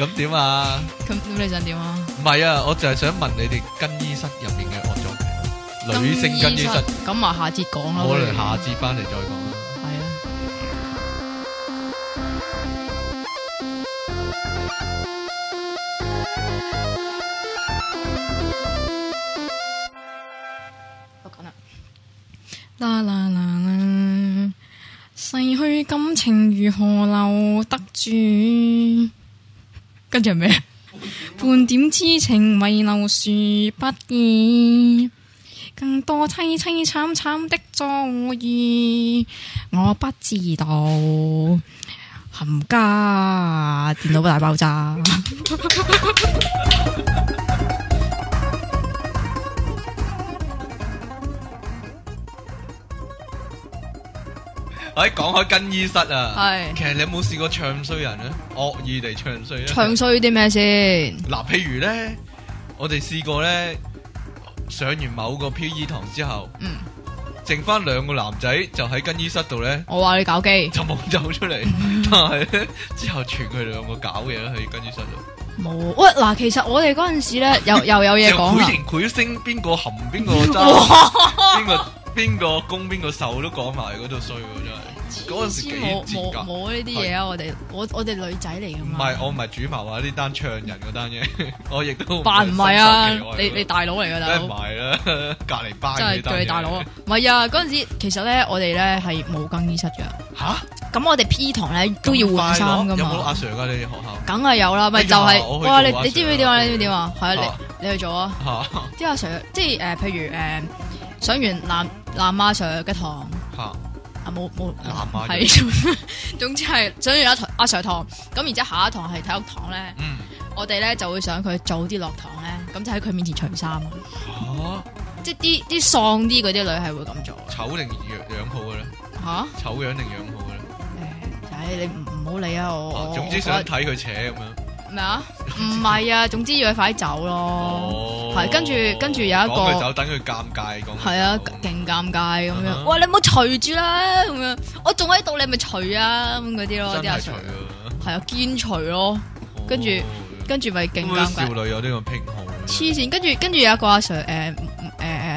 A: 咁點啊？
B: 咁咁你想點啊？
A: 唔係啊，我就係想問你哋更衣室入面嘅惡作劇，女性更衣室，
B: 咁啊，下節講啦。
A: 我哋下次翻嚟再講啦。
B: 係啊。我講啦啦啦啦啦，逝去感情如何留得住？跟住係 咩？半點痴情為留樹不易。更多凄凄慘慘的遭遇，我不知道。冚家電腦大爆 炸，
A: 喺哎講開更衣室啊，
B: 係
A: 其實你有冇試過唱衰人咧？惡意地唱衰咧？
B: 唱衰啲咩先？
A: 嗱，譬如咧，我哋試過咧，上完某個 P.E. 堂之後，
B: 嗯，
A: 剩翻兩個男仔就喺更衣室度咧。
B: 我話你搞基，
A: 就冇走出嚟，
B: 嗯
A: 但系咧之後傳佢兩個搞嘢啦，喺更衣室度，
B: 冇喂嗱，其實我哋嗰陣時咧，又又有嘢
A: 就
B: 講啊
A: 繪
B: 啦。
A: 形繪聲，邊個含邊 個爭，
B: 哇！
A: 邊個邊個攻邊個受都講埋，嗰度衰喎真係。嗰陣時幾
B: 黐
A: 賤
B: 冇冇
A: 格，
B: 冇呢啲嘢啊！我哋我我哋女仔嚟噶
A: 唔
B: 嘛，
A: 係我唔係主謀啊，呢單唱人嗰單嘢， 我亦都
B: 扮唔係啊
A: 深受其！害
B: 你你大佬嚟
A: 梗
B: 噶大
A: 係
B: 佬
A: 唔。係啦， 隔離班
B: 真
A: 嗰單
B: 係叫
A: 嘢
B: 你大佬啊！唔係啊，嗰陣時其實咧，我哋咧係冇更衣室嘅。
A: 吓
B: 咁我哋 P 堂咧都要換衫噶
A: 有冇阿
B: 嘛，
A: Sir 噶你哋學校
B: 梗係有啦。咪就
A: 哎呀
B: 係
A: 我去做
B: 哇！你
A: 阿
B: 你
A: Sir
B: 知唔知點啊？你知唔知點啊？係
A: 啊
B: 啊，你你去做啊！
A: 吓
B: 啲阿 Sir 即係誒，譬如誒上完男男阿 Sir 嘅堂
A: 吓
B: 啊，冇冇
A: 男阿 Sir
B: 係 總之係上完阿堂阿 Sir 堂，咁然之後下一堂係體育堂咧，
A: 嗯
B: 我哋咧就會想佢早啲落堂咧，咁就喺佢面前除衫啊。
A: 吓
B: 即係啲啲喪啲嗰啲女係會咁做嘅
A: 醜定養養好嘅咧？
B: 嚇。
A: 醜樣定養好嘅咧？
B: 唉，你唔唔好理啊！我
A: 哦
B: 我
A: 總之
B: 我
A: 想
B: 覺
A: 睇佢扯咁樣。
B: 得咩啊？唔係啊，總之要佢快啲走咯。
A: 哦
B: 係跟住跟住有一個
A: 講佢走，等佢尷尬講。
B: 係啊，勁尷尬咁
A: 嗯哼
B: 樣。喂，你唔好隨住啦，咁樣我仲喺度，你咪隨啊咁嗰啲咯，
A: 真
B: 啲阿
A: 係除
B: Sir
A: 啊！
B: 係啊，堅隨咯，跟住
A: 跟
B: 跟住咪勁尷
A: 少
B: 尬，
A: 女有呢個癖好，
B: 黐線。跟住跟住有一個阿 Sir 誒誒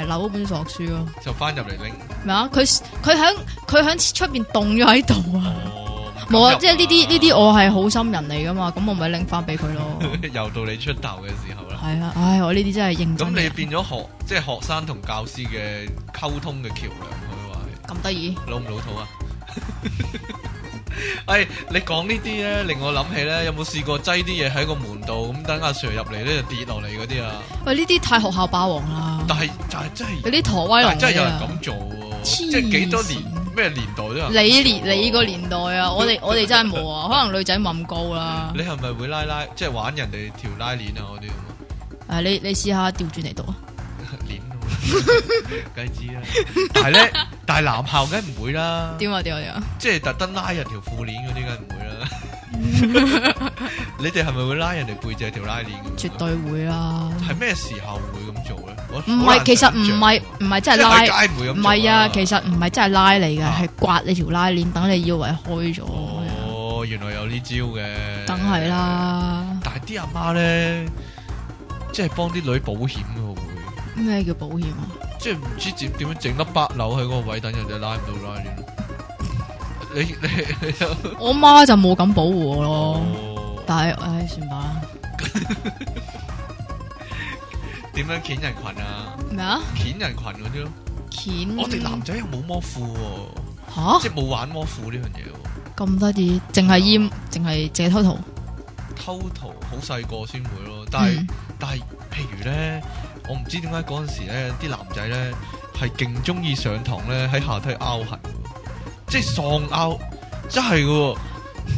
B: 誒留嗰本數學書咯，
A: 就翻入嚟拎。
B: 咩啊？佢佢喺佢喺出邊凍咗喺度啊！
A: 哦
B: 冇啊，即係呢啲呢啲我係好心人嚟噶嘛，咁我咪拎翻俾佢咯。
A: 我 又到你出頭嘅時候啦。
B: 係啊，唉，我呢啲真係
A: 咁
B: 認真
A: 你
B: 嘅。
A: 變咗學即係學生同教師嘅溝通嘅橋梁，可以話係。
B: 咁得意，
A: 老唔老土啊？ 哎，你講呢啲咧，令我諗起咧，有冇試過擠啲嘢喺個門度，咁等阿 Sir 入嚟咧就跌落嚟嗰啲啊？
B: 喂呢啲太學校霸王啦，
A: 但係但係真係
B: 有啲陀威龍
A: 但係真係有人
B: 嗰啲啊
A: 咁做喎，
B: 黐
A: 即係幾多年
B: 線
A: 咩年代都有人咁做喎。
B: 你年你個年代啊，我哋我哋真係冇啊，可能女仔冇咁高啦
A: 你。係咪會拉拉，即係玩人哋條拉鏈啊嗰啲咁啊？
B: 誒，你你試下調轉嚟讀啊，
A: 鏈 啊梗係知啦。但係咧，但係男校梗係唔會啦，
B: 點啊點啊點啊，
A: 即係特登拉人條褲鏈嗰啲梗係唔會 啦。你哋係咪會拉人哋背脊條拉鏈咁？啊
B: 絕。對會啦。
A: 係咩時候會咁做咧？我
B: 唔
A: 好難
B: 係，其實
A: 想
B: 唔
A: 像
B: 係
A: 喎
B: 唔係
A: 即
B: 真
A: 係
B: 係拉，
A: 喺街唔會咁
B: 唔
A: 做
B: 係啊，其實唔係真係拉嚟嘅，
A: 啊
B: 係刮你條拉鏈，等你以為開咗。
A: 哦，原來有呢招嘅，
B: 梗係。啦，
A: 但係啲阿媽咧，即係幫啲女保險嘅會，
B: 咩叫保險啊？
A: 即係唔知點點樣整粒八樓喺嗰個位，等人哋拉唔到拉鏈。你你你有
B: 我媽就冇咁保護我咯，
A: 哦，
B: 但係唉算吧。
A: 點樣鉗人群啊？
B: 咩啊？
A: 鉗人群嗰啲咯。
B: 鉗
A: 我哋男仔又冇摸褲喎，
B: 吓
A: 即係冇玩摸褲呢樣嘢喎。
B: 咁得意，淨係煙，淨係淨係偷圖。
A: 偷圖好細個先會咯，但係。
B: 嗯
A: 但係譬如咧，我唔知點解嗰陣時咧，啲男仔咧係勁中意上堂咧喺下梯拗痕喎，即係喪拗，真係嘅喎，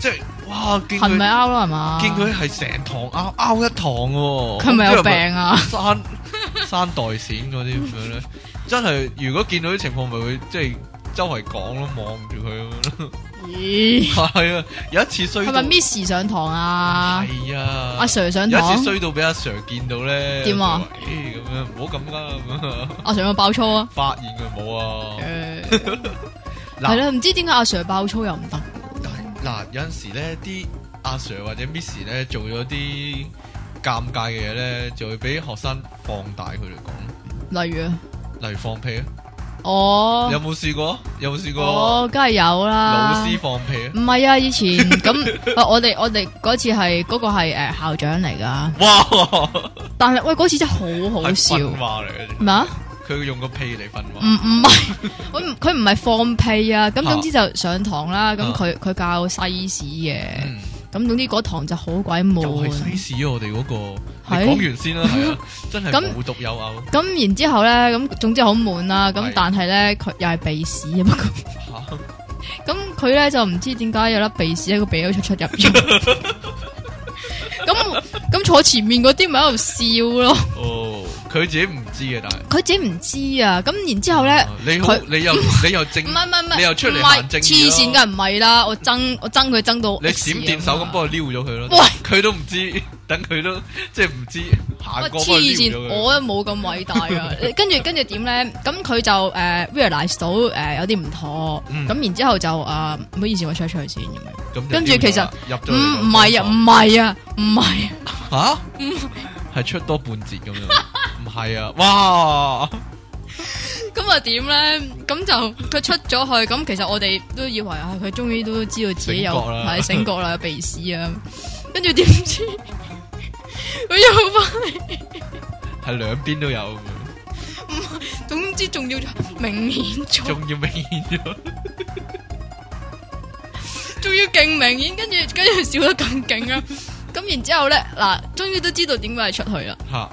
A: 即係哇見
B: 係咪
A: 佢
B: 拗啦？係嘛？
A: 見佢係成堂拗拗一堂嘅喎，
B: 佢係咪
A: 我唔
B: 有
A: 知
B: 病
A: 係咪
B: 啊？
A: 生 生代閃嗰啲咁樣咧，真係如果見到啲情況咪會即係周圍講咯，望住佢咁樣 咯，
B: 咦？
A: 係啊，有一次衰
B: 係
A: 到
B: 咪 Miss 上堂啊？
A: 係啊，
B: 阿 Sir 上
A: 有一
B: 堂
A: 次，衰到俾阿 Sir 見到咧，
B: 點
A: 佢話？
B: 啊
A: 咦咁樣唔好咁啦，咁樣
B: 阿 Sir 有冇爆粗啊？
A: 發現佢冇啊。
B: 誒，
A: 嗱
B: 係啦，唔知點解阿 Sir 爆粗又唔得。
A: 但係嗱，有陣時咧，啲阿 Sir 或者 Miss 咧做咗啲尷尬嘅嘢咧，就會俾學生放大佢嚟講，
B: 例如啊，
A: 例如放屁啊。有
B: 我
A: 冇試過？有冇試過？
B: 哦我梗係有啦。
A: 老師放屁啊！
B: 唔係啊，以前 咁，啊我哋我哋嗰次係嗰個係誒校長嚟噶，
A: 哇，
B: 但係喂嗰次真係好好
A: 係
B: 嗯笑。
A: 訓話嚟嘅，
B: 咩啊？
A: 佢用個屁嚟訓
B: 唔
A: 話。
B: 唔系， 佢唔佢唔係放屁啊！咁
A: 啊
B: 總之就上堂啦，咁
A: 啊
B: 佢佢教西史嘅，
A: 嗯，
B: 咁總之嗰堂就好鬼
A: 又
B: 悶。
A: 係西史啊！我哋嗰個，
B: 哦係
A: 你講完先啦，係啊，真係
B: 咁
A: 無獨有偶
B: 咁然之后咧，咁總之好悶啦。咁
A: 係
B: 但係咧，佢又係鼻屎啊！不過
A: 嚇。
B: 咁佢咧就唔知點解有粒鼻屎喺個鼻度出出入入。咁咁坐前面嗰啲咪喺度笑咯，
A: 哦，佢佢自己唔知嘅，但係哦
B: 佢自己唔知啊。咁然之後咧，
A: 你好，你 又你又正
B: 唔，係唔係唔係，
A: 你又出嚟
B: 唔
A: 行
B: 係
A: 正義
B: 黐
A: 咯
B: 線梗係唔係啦，我憎我憎佢憎到
A: 你
B: X
A: 閃電手咁
B: 啊
A: 幫佢撩咗佢咯
B: 喂，
A: 佢都唔知，等佢都即係唔知行
B: 喂
A: 過幫佢撩
B: 黐線，
A: 咗佢。
B: 我都冇咁偉大 啊！你跟住跟住點咧？咁佢就誒 realize 到誒有啲唔妥，
A: 嗯
B: 咁然之後就誒唔好意思，我 check 出去先咁樣。
A: 咁就
B: 跟住
A: 撩咗
B: 其實
A: 啦入咗
B: 唔
A: 你個
B: 唔係啊，唔
A: 房
B: 係啊，唔係啊，
A: 吓，係出多半截咁 樣，唔係啊，哇！
B: 咁啊點咧？咁就佢出咗去，咁其實我哋都以為啊，佢終於都知道自己有
A: 醒覺啦
B: 係醒覺 啦，有鼻屎啊！跟住點知 佢又翻嚟，
A: 系兩邊都有，
B: 總之仲要明顯咗。
A: 仲要明顯 咗，
B: 仲要勁明顯，跟住跟住笑得咁勁啊！咁然之後咧，嗱，終於都知道點解係出去啦。
A: 吓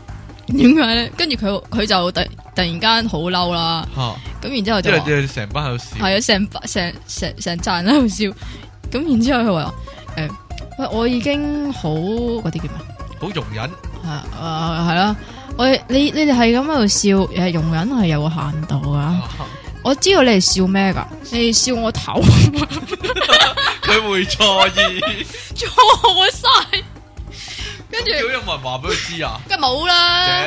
B: 點解咧？跟住佢佢就突突然間好嬲啦，
A: 吓，
B: 咁然之後
A: 因
B: 就
A: 為
B: 話
A: 你哋成班喺度笑，
B: 係啊，成班成成成扎人喺度笑。咁然之後佢話誒，喂，我已經好嗰啲叫咩？
A: 好容 忍，
B: 係啊，係啦。我你你哋係咁喺度笑，誒容忍係有個限度啊！我知道你哋笑咩㗎，你哋笑我頭
A: 佢會錯 意，
B: 錯晒，跟住
A: 叫有人話俾佢知啊，
B: 梗係冇 啦。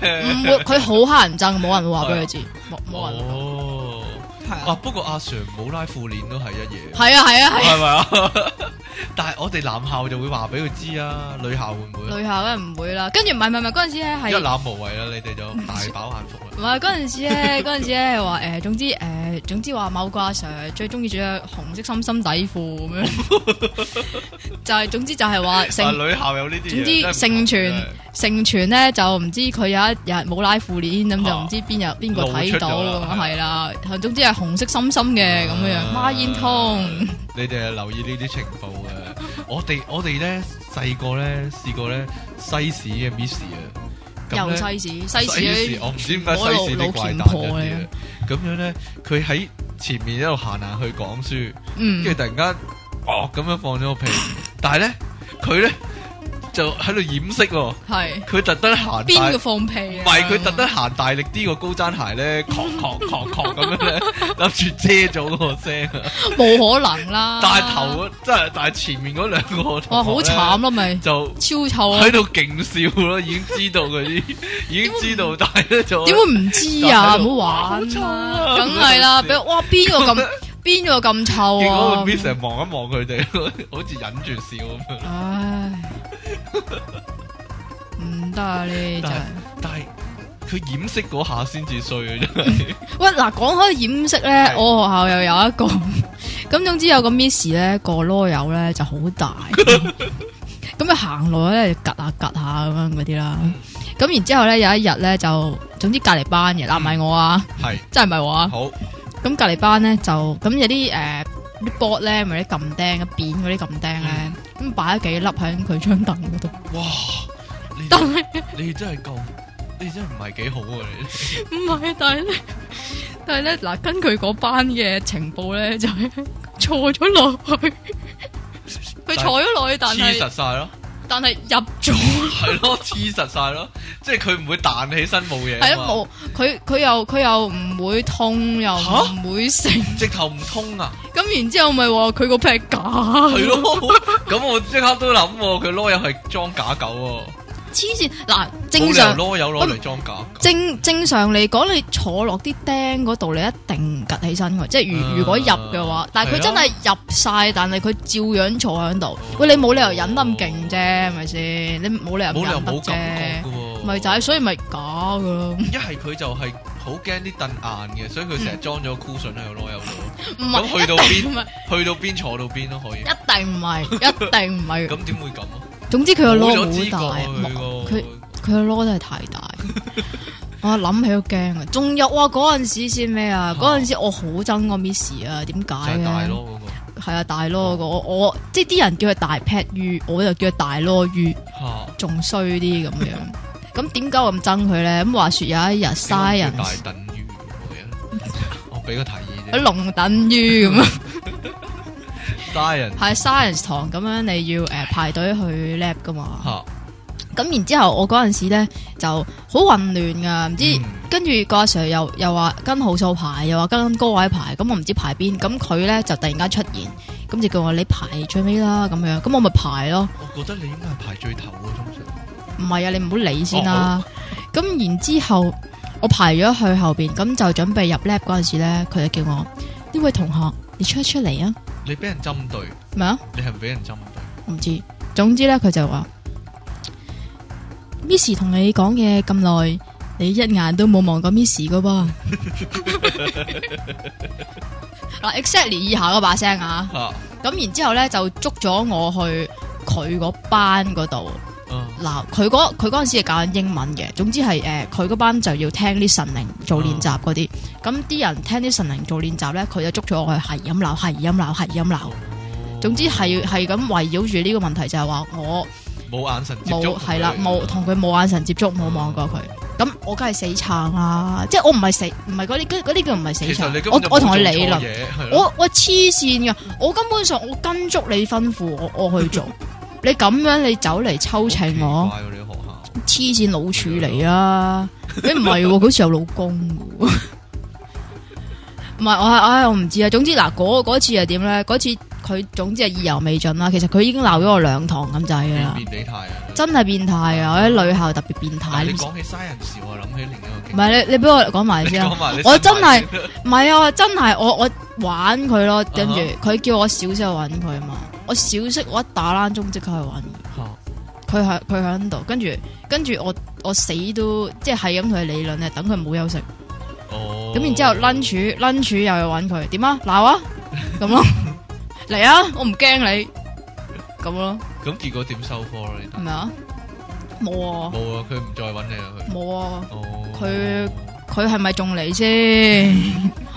B: 唔
A: 啫
B: 會，佢好乞人憎，冇人會話俾佢知，冇冇人
A: 哦，
B: 係
A: 啊
B: 啊，
A: 不過阿 Sir 冇拉褲鏈都係一嘢，
B: 係啊，係啊，係啊。
A: 係咪啊？ 但係我哋男校就會話俾佢知啊，女校會唔會啊？
B: 女校梗唔會啦，跟住唔係唔係唔係嗰陣時咧
A: 一
B: 係，
A: 覽無遺啦，你哋 就大飽眼福啦，
B: 唔係嗰陣時咧嗰陣時咧係話誒，總之誒總之話某個阿 Sir 最中意着紅色深深底褲 咁樣，就係總之就係話
A: 啊
B: 盛
A: 女校有呢啲嘢，
B: 總之
A: 真係唔
B: 盛
A: 同
B: 傳
A: 真係
B: 盛傳咧就唔知佢有一日冇拉褲鏈咁就
A: 啊
B: 唔知邊日邊個
A: 露出
B: 睇
A: 咗
B: 到
A: 啦係
B: 咁
A: 啊
B: 係啦，總之係紅色深深嘅咁樣樣，孖煙通
A: 啊你哋係留意呢啲情報嘅。我哋我哋咧細個咧試過咧西史嘅 Miss 啊，咁
B: 又
A: 呢
B: 西市西市
A: 西
B: 咧
A: 史，我唔知點解西史啲怪
B: 我老老
A: 誕
B: 虔婆
A: 嗰
B: 嚟
A: 啲
B: 啊
A: 咁樣咧，佢喺前面一路行行去講書，
B: 嗯
A: 跟住。突然間哦咁樣放咗個屁，但係咧佢咧就喺度掩飾喎，
B: 系
A: 佢特登行
B: 边
A: 大
B: 个。放屁
A: 唔
B: 啊？
A: 係佢特登行大力啲個高踭鞋咧，狂狂狂狂咁樣 咧，諗住遮咗個聲啊！
B: 冇可能啦。
A: 但係頭啊嗰真係，但係前面嗰兩個
B: 啊哇，
A: 同學
B: 好
A: 呢
B: 慘啦，咪
A: 就
B: 超臭啊
A: 喺！度勁笑咯，已經知道佢啲，已經知道，但係咧就
B: 點會唔知啊？
A: 就喺度
B: 唔好
A: 哇好
B: 玩
A: 臭
B: 啦
A: 啊，
B: 梗 係啦，
A: 咁樣
B: 俾哇邊個咁邊個咁臭
A: 結果
B: 啊
A: 個？Miss 成望一望佢哋， 好似忍住笑咁樣。
B: 唉，唔得啊！你真係
A: 但係佢掩飾嗰下先至衰嘅，真係
B: 喂嗱，講開掩飾咧，
A: 係
B: 我學校又有一個 咁，總之有個 Miss 咧個啰柚咧就好 大，咁佢行路咧就趌下趌下咁樣嗰啲啦。咁然之後咧有一日咧就，總之隔離班嘅，嗱唔係我啊，
A: 係
B: 真係唔係我啊。
A: 好
B: 咁隔離班咧就咁有啲誒啲 board 咧，咪啲撳釘嘅扁嗰啲撳釘咧，咁擺咗幾粒喺佢張凳嗰度。
A: 哇！你
B: 但係
A: 你真係夠，你真係唔係幾好啊！你
B: 唔係，但係咧，但係咧嗱，根據嗰班嘅情報咧，就係坐咗落 去，佢坐咗落去，但
A: 黐
B: 係
A: 實晒咯，
B: 但係入咗，
A: 係咯，黐實晒咯，即係佢唔會彈起身冇嘢。
B: 係啊冇，佢佢又佢又唔會痛，又
A: 吓
B: 唔會成，
A: 冇，直頭唔通啊！
B: 咁然之後咪話佢個劈假，
A: 系咯，咁我即刻都谂，佢啰柚系装假狗
B: 黐線嗱，
A: 喎，
B: 正常。
A: 啰柚攞嚟裝假狗，
B: 正正常嚟講，你坐落啲釘嗰度，你一定趌起身嘅。即係
A: 啊
B: 如如果入嘅話，但係
A: 係啊
B: 佢真係入晒，但係佢照樣坐喺度。喂，你冇理由忍得咁勁啫，係咪先？你冇理由
A: 冇理由
B: 唔忍得
A: 冇感
B: 啫
A: 覺，噶，
B: 咪就係所以咪假嘅咯。
A: 一係佢就係好驚啲凳硬嘅，所以佢成日裝咗個 cushion 喺個啰柚度，
B: 唔係
A: 咁去到
B: 一定
A: 邊
B: 唔係，
A: 去到邊坐到邊都可以，
B: 一 定唔係，一定唔係。
A: 咁點會咁啊？
B: 總之佢個
A: 冇
B: 攞
A: 咗知覺
B: 好大，
A: 佢
B: 冇
A: 個
B: 佢佢個籮真係太 大，我諗起都驚啊！仲有哇，嗰陣時先咩啊？嗰陣時我好憎個 Miss 啊，點
A: 就
B: 解
A: 係大
B: 咧？
A: 咯嗰個
B: 係啊，大咯嗰個我我即係啲人叫佢大 pet 魚，我就叫佢大咯魚，
A: 嚇，
B: 仲衰啲咁樣。咁點解我咁憎佢咧？咁話說有一日嘥人
A: 點解叫大等於嘅嘢我俾個提議啫
B: 龍等魚咁啊，
A: ，science
B: 呃係 science 堂咁樣你要誒排隊去 lab 噶嘛？
A: 嚇
B: 咁然之後，我嗰陣時咧就好混亂噶，唔知
A: 嗯
B: 跟住個阿 Sir 又又話跟號數牌，又話跟高位牌，咁我唔知排邊，咁佢咧就突然間出現，咁就叫我你排最尾啦咁樣，咁我咪排咯，
A: 我覺得你應該係排最頭嘅，通常。
B: 唔係啊，你唔好理先啦。咁、然之後我排咗去後邊，咁就準備入 lab 嗰陣時咧，佢就叫我呢位同學你出一出嚟啊，
A: 你俾人針對，
B: 咩啊？
A: 你係咪俾人針對？
B: 我唔知。總之咧，佢就話 Miss 同你講嘢咁耐，你一眼都冇望過 Miss 噶噃。嗱，exactly 啊以下嗰把聲啊，
A: 嚇，
B: 咁然之後咧就捉咗我去佢嗰班嗰度。
A: 嗯
B: 嗱，佢嗰佢嗰陣時係教緊英文嘅，總之係誒，呃佢、嗰班就要聽啲神靈做練習嗰
A: 嗯
B: 啲，咁啲、人聽啲神靈做練習咧，佢就捉咗我去係咁鬧，係咁鬧，係咁鬧，總之係係咁圍繞住呢個問題就係話我
A: 冇眼神接觸，
B: 冇係啦，冇同佢冇眼神接觸，冇望過佢。咁我梗係死撐啦，即係我唔係死，唔係嗰啲嗰嗰啲叫唔係死
A: 其實你
B: 撐
A: 根。
B: 我
A: 本就
B: 我同佢
A: 冇做
B: 理
A: 錯
B: 論，
A: 嘢，係咯
B: 我我黐線噶，我根本上我跟足你吩咐我 我去做，你咁樣你走嚟抽情我。
A: 好奇怪喎你學校
B: 黐線老處嚟啊！你唔係喎，佢好似有老公嘅喎。唔係我係唉，我唔知啊。總之嗱，嗰嗰次係點咧？嗰次佢總之係意猶未盡啦。其實佢已經鬧咗我兩堂咁滯㗎啦
A: 變，變地態啊！
B: 真係變態啊！我喺女校特別變態。
A: 但係
B: 你
A: 你
B: 唔
A: 講起 science，我諗起另一個
B: 唔係你你俾我講 埋
A: 你
B: 先啊
A: 講！埋你
B: 我真
A: 新 買
B: 係唔係啊！真係我我玩佢
A: 啊
B: 咯，跟住佢叫我小息去揾佢嘛。我小息我一打冷鐘即刻去揾。
A: 嚇
B: 佢喺佢喺度，跟住跟住我我死都即係咁佢理論咧，等佢冇休息。
A: 哦
B: 咁然之後 lunch lunch 又去揾佢，點啊鬧 啊咁咯，嚟啊我唔驚你咁咯，
A: 咁結果點收科咧？
B: 係咪啊？冇啊
A: 冇啊，佢唔再揾你啦，佢
B: 冇啊，
A: 哦，
B: 佢佢係咪仲嚟先？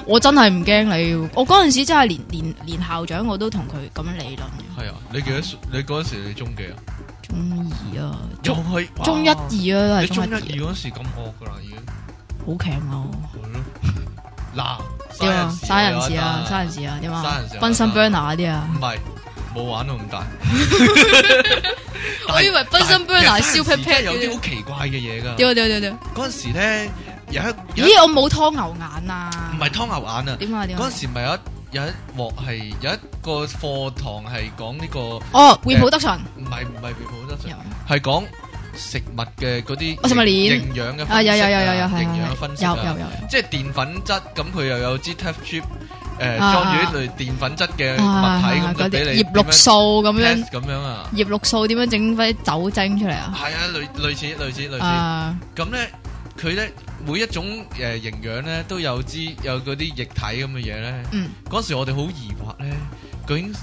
B: 我真係唔驚你，我嗰陣時真係連連連校長我都同佢咁樣理論嘅，
A: 係啊，你幾多歲？你嗰陣時你中幾啊？
B: 中二啊，
A: 又
B: 中
A: 係哇
B: 中一二啊，
A: 你
B: 都係
A: 中
B: 中
A: 一
B: 一二，
A: 二嗰時咁惡噶啦，已經
B: 好強啊我！
A: 係咯。 嗱，
B: 點啊？
A: 嘥
B: 嘥人士啊，嘥人
A: 時
B: 士啊，點
A: 嘥
B: 啊
A: 人事啊
B: ？Bunsen burner 嗰啲啊
A: 唔，係冇玩到咁大。
B: 我以為 Bunsen burner 燒
A: 劈
B: pat
A: 劈
B: pat
A: 有
B: 嗰
A: 啲
B: 啲
A: 好奇怪嘅嘢㗎。
B: 屌屌屌屌！
A: 嗰陣時咧有一有一
B: 咦，我冇拖牛眼啊！
A: 唔係湯牛眼啊！
B: 點啊點
A: 嗰
B: 啊
A: 陣？時咪有一有一鑊係有一個課堂係講呢個唔
B: 哦，reproduction
A: 係唔係 reproduction，係講食物嘅嗰啲
B: 哦食物鏈
A: 營養嘅
B: 啊，
A: 分析
B: 有
A: 啊
B: 有有有有係
A: 營養
B: 係
A: 分析
B: 有
A: 啊
B: 有有有
A: 即係澱粉質，咁佢又有支 test tube 誒
B: 啊
A: 裝住一類澱粉質嘅
B: 啊
A: 物體，咁就
B: 嗰
A: 俾
B: 啲
A: 你
B: 葉綠素咁
A: 點樣
B: 樣
A: test 咁樣啊，
B: 葉綠素點樣整翻酒精出嚟啊？
A: 係啊，類類似類似類似。
B: 啊
A: 咁咧，佢咧每一種誒營養咧都有支有嗰啲液體咁嘅嘢咧。
B: 嗯，
A: 嗰時我哋好疑惑咧，究竟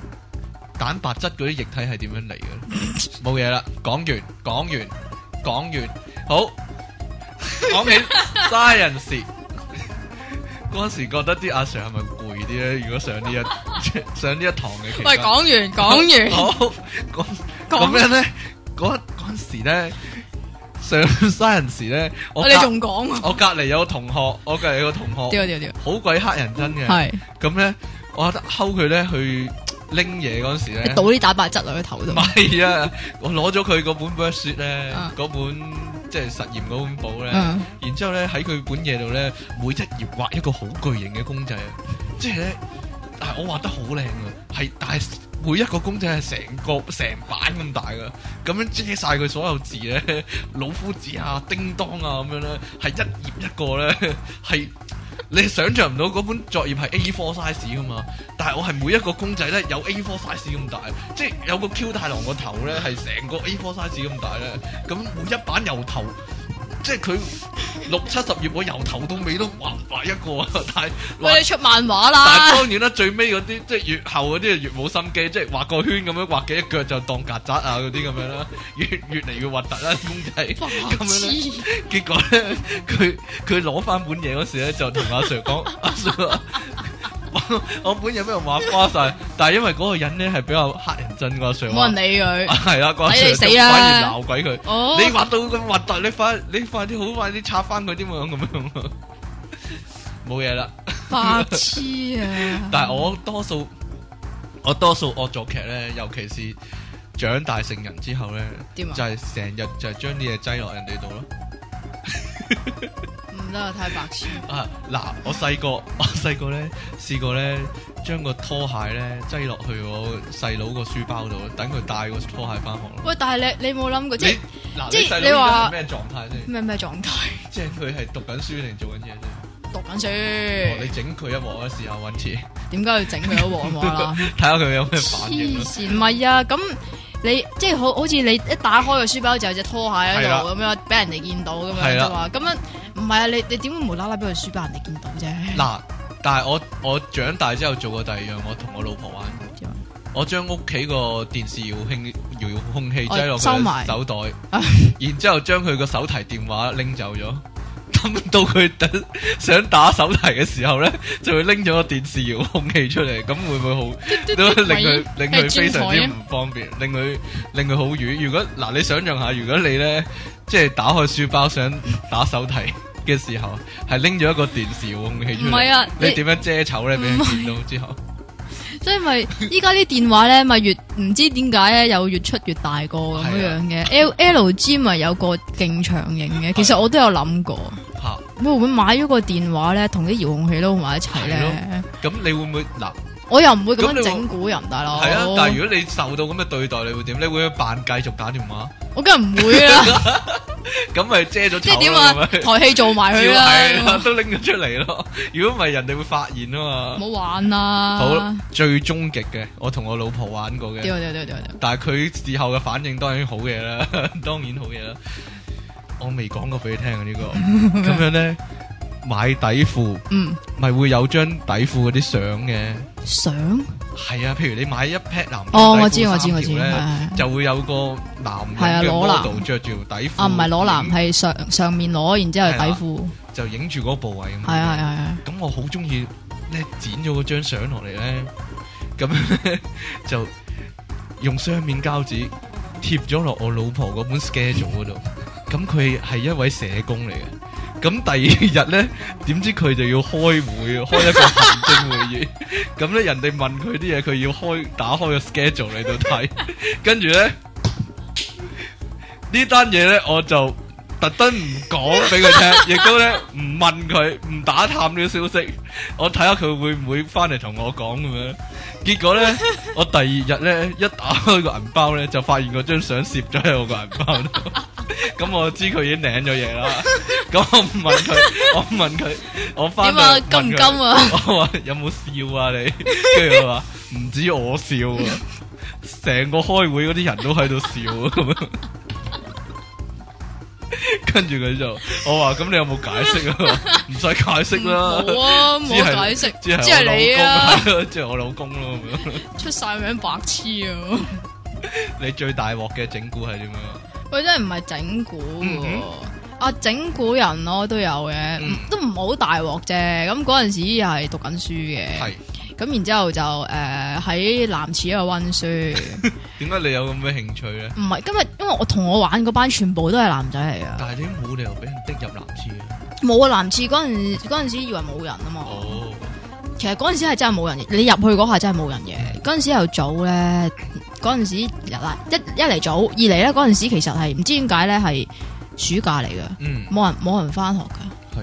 A: 蛋白質嗰啲液體係點樣嚟嘅？冇嘢啦，講完講完講完，好講起 science。嗰時覺得啲阿 Sir 係咪攰啲咧？如果上呢一 上呢一堂嘅期間，
B: 完
A: 好講咁樣咧，嗰嗰陣時咧上 science 咧，我隔
B: 講啊？
A: 我隔離有個同學，我隔離有個同學
B: 屌屌屌！
A: 好鬼黑人憎嘅。
B: 係
A: 咁咧，我得睺佢咧去拎嘢嗰陣時
B: 你
A: 咧，
B: 倒啲蛋白質落佢頭
A: 唔
B: 度。
A: 係啊，我攞咗佢嗰本 worksheet 咧
B: 啊，
A: 嗰本即係實驗嗰本簿咧，
B: 嗯，
A: 然之後咧喺佢本嘢度咧，每一頁畫一個好巨型嘅公仔啊，即係咧，但係我畫得好靚噶，係但係每一個公仔係成個成版咁大噶，咁樣遮晒佢所有字咧，老夫子啊、叮當啊咁樣咧，係一頁一個咧，係你想象唔到嗰本作業係 A4 size 噶嘛，但係我係每一個公仔咧有 A4 size 咁大，即係有個 Q 太郎個頭咧係成個 A4 size 咁大咧，咁每一版由頭。即係佢六七十頁，我由頭到尾都畫唔畫一個啊！但係畫
B: 喂，你出漫畫
A: 但係
B: 啦！
A: 當然啦，最尾嗰啲即係越後嗰啲越冇心機，即係畫個圈咁樣畫幾一腳就當曱甴啊嗰啲咁樣啦， 越越嚟越核突啦公 仔。咁樣咧，結果咧佢佢攞翻本嘢嗰時咧就同阿 Sir 講，阿 Sir 啊我 我本嘢俾人畫花晒，但係因為嗰個人咧係比較黑人憎個阿 Sir
B: 冇
A: 話
B: 人，理佢。
A: 係啊啦，個阿
B: 睇你
A: Sir
B: 死
A: 就
B: 啦
A: 反而鬧鬼佢。
B: 哦，
A: 你畫到咁核突，你快你快啲好快啲拆翻佢啲樣咁樣，冇嘢啦。
B: 白痴啊！
A: 但係我多數我多數惡作劇咧，尤其是長大成人之後咧，
B: 點啊
A: 就係成日就係將啲嘢擠落人哋度咯。
B: 唔得啊，太白痴。
A: 啊！嗱，我細個， 我細個咧試過咧，將個拖鞋咧擠落去我細佬個書包度，等佢帶個拖鞋翻學咯。
B: 喂，但係你你冇諗過，即
A: 你
B: 係
A: 嗱，
B: 即係
A: 你細
B: 你
A: 佬
B: 話嗯
A: 而家係咩狀態先？
B: 咩咩狀態？
A: 即係佢係讀緊書定做緊嘢啫？
B: 讀緊
A: 哦你
B: 書，
A: 整佢一鑊啊，試下揾次，
B: 點解要整佢一鑊啊 啦？
A: 睇下佢有咩反應
B: 黐
A: 咯。
B: 線，唔係啊，咁你即係好好似你一打開個書包就有隻拖鞋喺
A: 係啦
B: 度咁樣，俾人哋見到咁
A: 係啦
B: 樣就話咁樣，唔係啊，你你點會無啦啦俾個書包人哋見到啫？
A: 嗱，但係我我長大之後做過第二樣，我同我老婆玩過。
B: 點啊
A: 我將屋企個電視遙控遙控器擠落
B: 哦收
A: 佢
B: 埋
A: 手袋
B: 啊，
A: 然之後將佢個手提電話拎走咗。 咁到佢等想打手提嘅時候咧，就會拎咗個電視遙控器出嚟，咁會唔會好？ 都令佢令佢非
B: 啊
A: 常之唔方便，令佢令佢好瘀。如果嗱，你想象下，如果你咧即係打開書包想打手提嘅時候，係拎咗一個電視遙控器出嚟，
B: 唔係啊
A: 你
B: 你
A: 點樣遮醜咧？俾人見到之後。
B: 所以咪依家啲電話咧，咪越唔知點解咧，又越出越大個咁
A: 係啊
B: 樣嘅。L L G 咪有個勁長型嘅，其實我都有諗過，
A: 嚇
B: 會唔會買咗個電話咧，同啲遙控器撈埋一齊
A: 係
B: 咧？
A: 咁你會唔會嗱？
B: 我又唔會咁
A: 咁你會
B: 樣整蠱人，大佬。
A: 係啊，但係如果你受到咁嘅對待，你會點？你會扮繼續打電話，
B: 我梗係唔會啦。
A: 咁咪遮咗
B: 即系
A: 醜
B: 点
A: 咯
B: 啊？
A: 咁樣
B: 台戲做埋佢
A: 照係啦，
B: 啦，啊
A: 都拎咗出嚟咯。如果唔係，人哋會發現啊嘛。
B: 唔好玩啦。
A: 好，最終極嘅，我同我老婆玩過嘅。
B: 掉啊掉掉掉掉，
A: 但系佢事後嘅反應當然好嘢啦， 當然好嘢啦。我未講過俾你聽啊，呢、 個咁樣咧，買底褲
B: 嗯，
A: 咪會有張底褲嗰啲相嘅，
B: 相
A: 係啊，譬如你買一 pair 男
B: 哦，
A: 底褲
B: 我知我知
A: 三
B: 我知，
A: 條
B: 係
A: 咧，
B: 係係
A: 就會有個男
B: 係啊
A: 人嘅
B: 裸男
A: model 着住條底褲，
B: 啊，唔係裸男，
A: 影
B: 係上上面裸，然之後底褲，
A: 就影住嗰個部位咁樣。
B: 係啊係啊
A: 咁我好中意咧剪咗嗰張相落嚟咧，咁樣咧就用雙面膠紙貼咗落我老婆嗰本 schedule 嗰度。咁佢係一位社工嚟嘅。咁第二日咧，點知佢就要開會，開一個行政會議。咁咧人哋問佢啲嘢，佢要開打開個 schedule 嚟度睇， 跟住咧呢單嘢咧我就。特登唔講俾佢 聽，亦都咧唔問佢，唔打探呢個消息，我睇下佢會唔會翻嚟同我講咁樣。結果咧，我第二日咧一打開個銀包咧，就發現嗰張相攝咗喺我個銀包度。 咁我知佢已經領咗嘢啦。咁我唔問佢，我唔問佢，我嗯
B: 係啊，
A: 翻
B: 點啊
A: 嚟
B: 金
A: 問
B: 唔
A: 佢
B: 金啊？
A: 我話 有冇笑啊你？跟住佢話唔止我笑啊，成個開會嗰啲人都喺度笑啊咁樣。 跟住佢就我話咁你有冇解釋啊？唔使解釋啦，
B: 冇 啊，
A: 只係
B: 冇解釋，
A: 即係
B: 即係你啊，，
A: 即係我老 公咯咁樣。
B: 出晒名白痴啊！
A: 你最大鑊嘅整蠱係點啊樣？
B: 佢真係唔係整蠱
A: 嗯
B: 喎
A: 哼。
B: 啊，整蠱人咯都有嘅，
A: 嗯
B: 都唔好大鑊啫。咁嗰陣時又係讀緊書嘅，
A: 係
B: 咁然之後就誒喺男廁嗰度温書，
A: 點解你有咁嘅興趣咧？
B: 唔係今日，因為我同我玩嗰班全部都係男仔嚟噶，
A: 但係你冇理由俾人滴入男廁嘅。
B: 冇啊男廁嗰陣嗰陣時以為冇人啊嘛，
A: 哦，
B: 其實嗰陣時係真係冇人，你入去嗰下真係冇人嘅。嗰陣時又早咧，嗰陣時嗱一一嚟早，二嚟咧嗰陣時其實係唔知點解咧係暑假嚟嘅，
A: 嗯，
B: 冇人冇人翻學㗎。
A: 係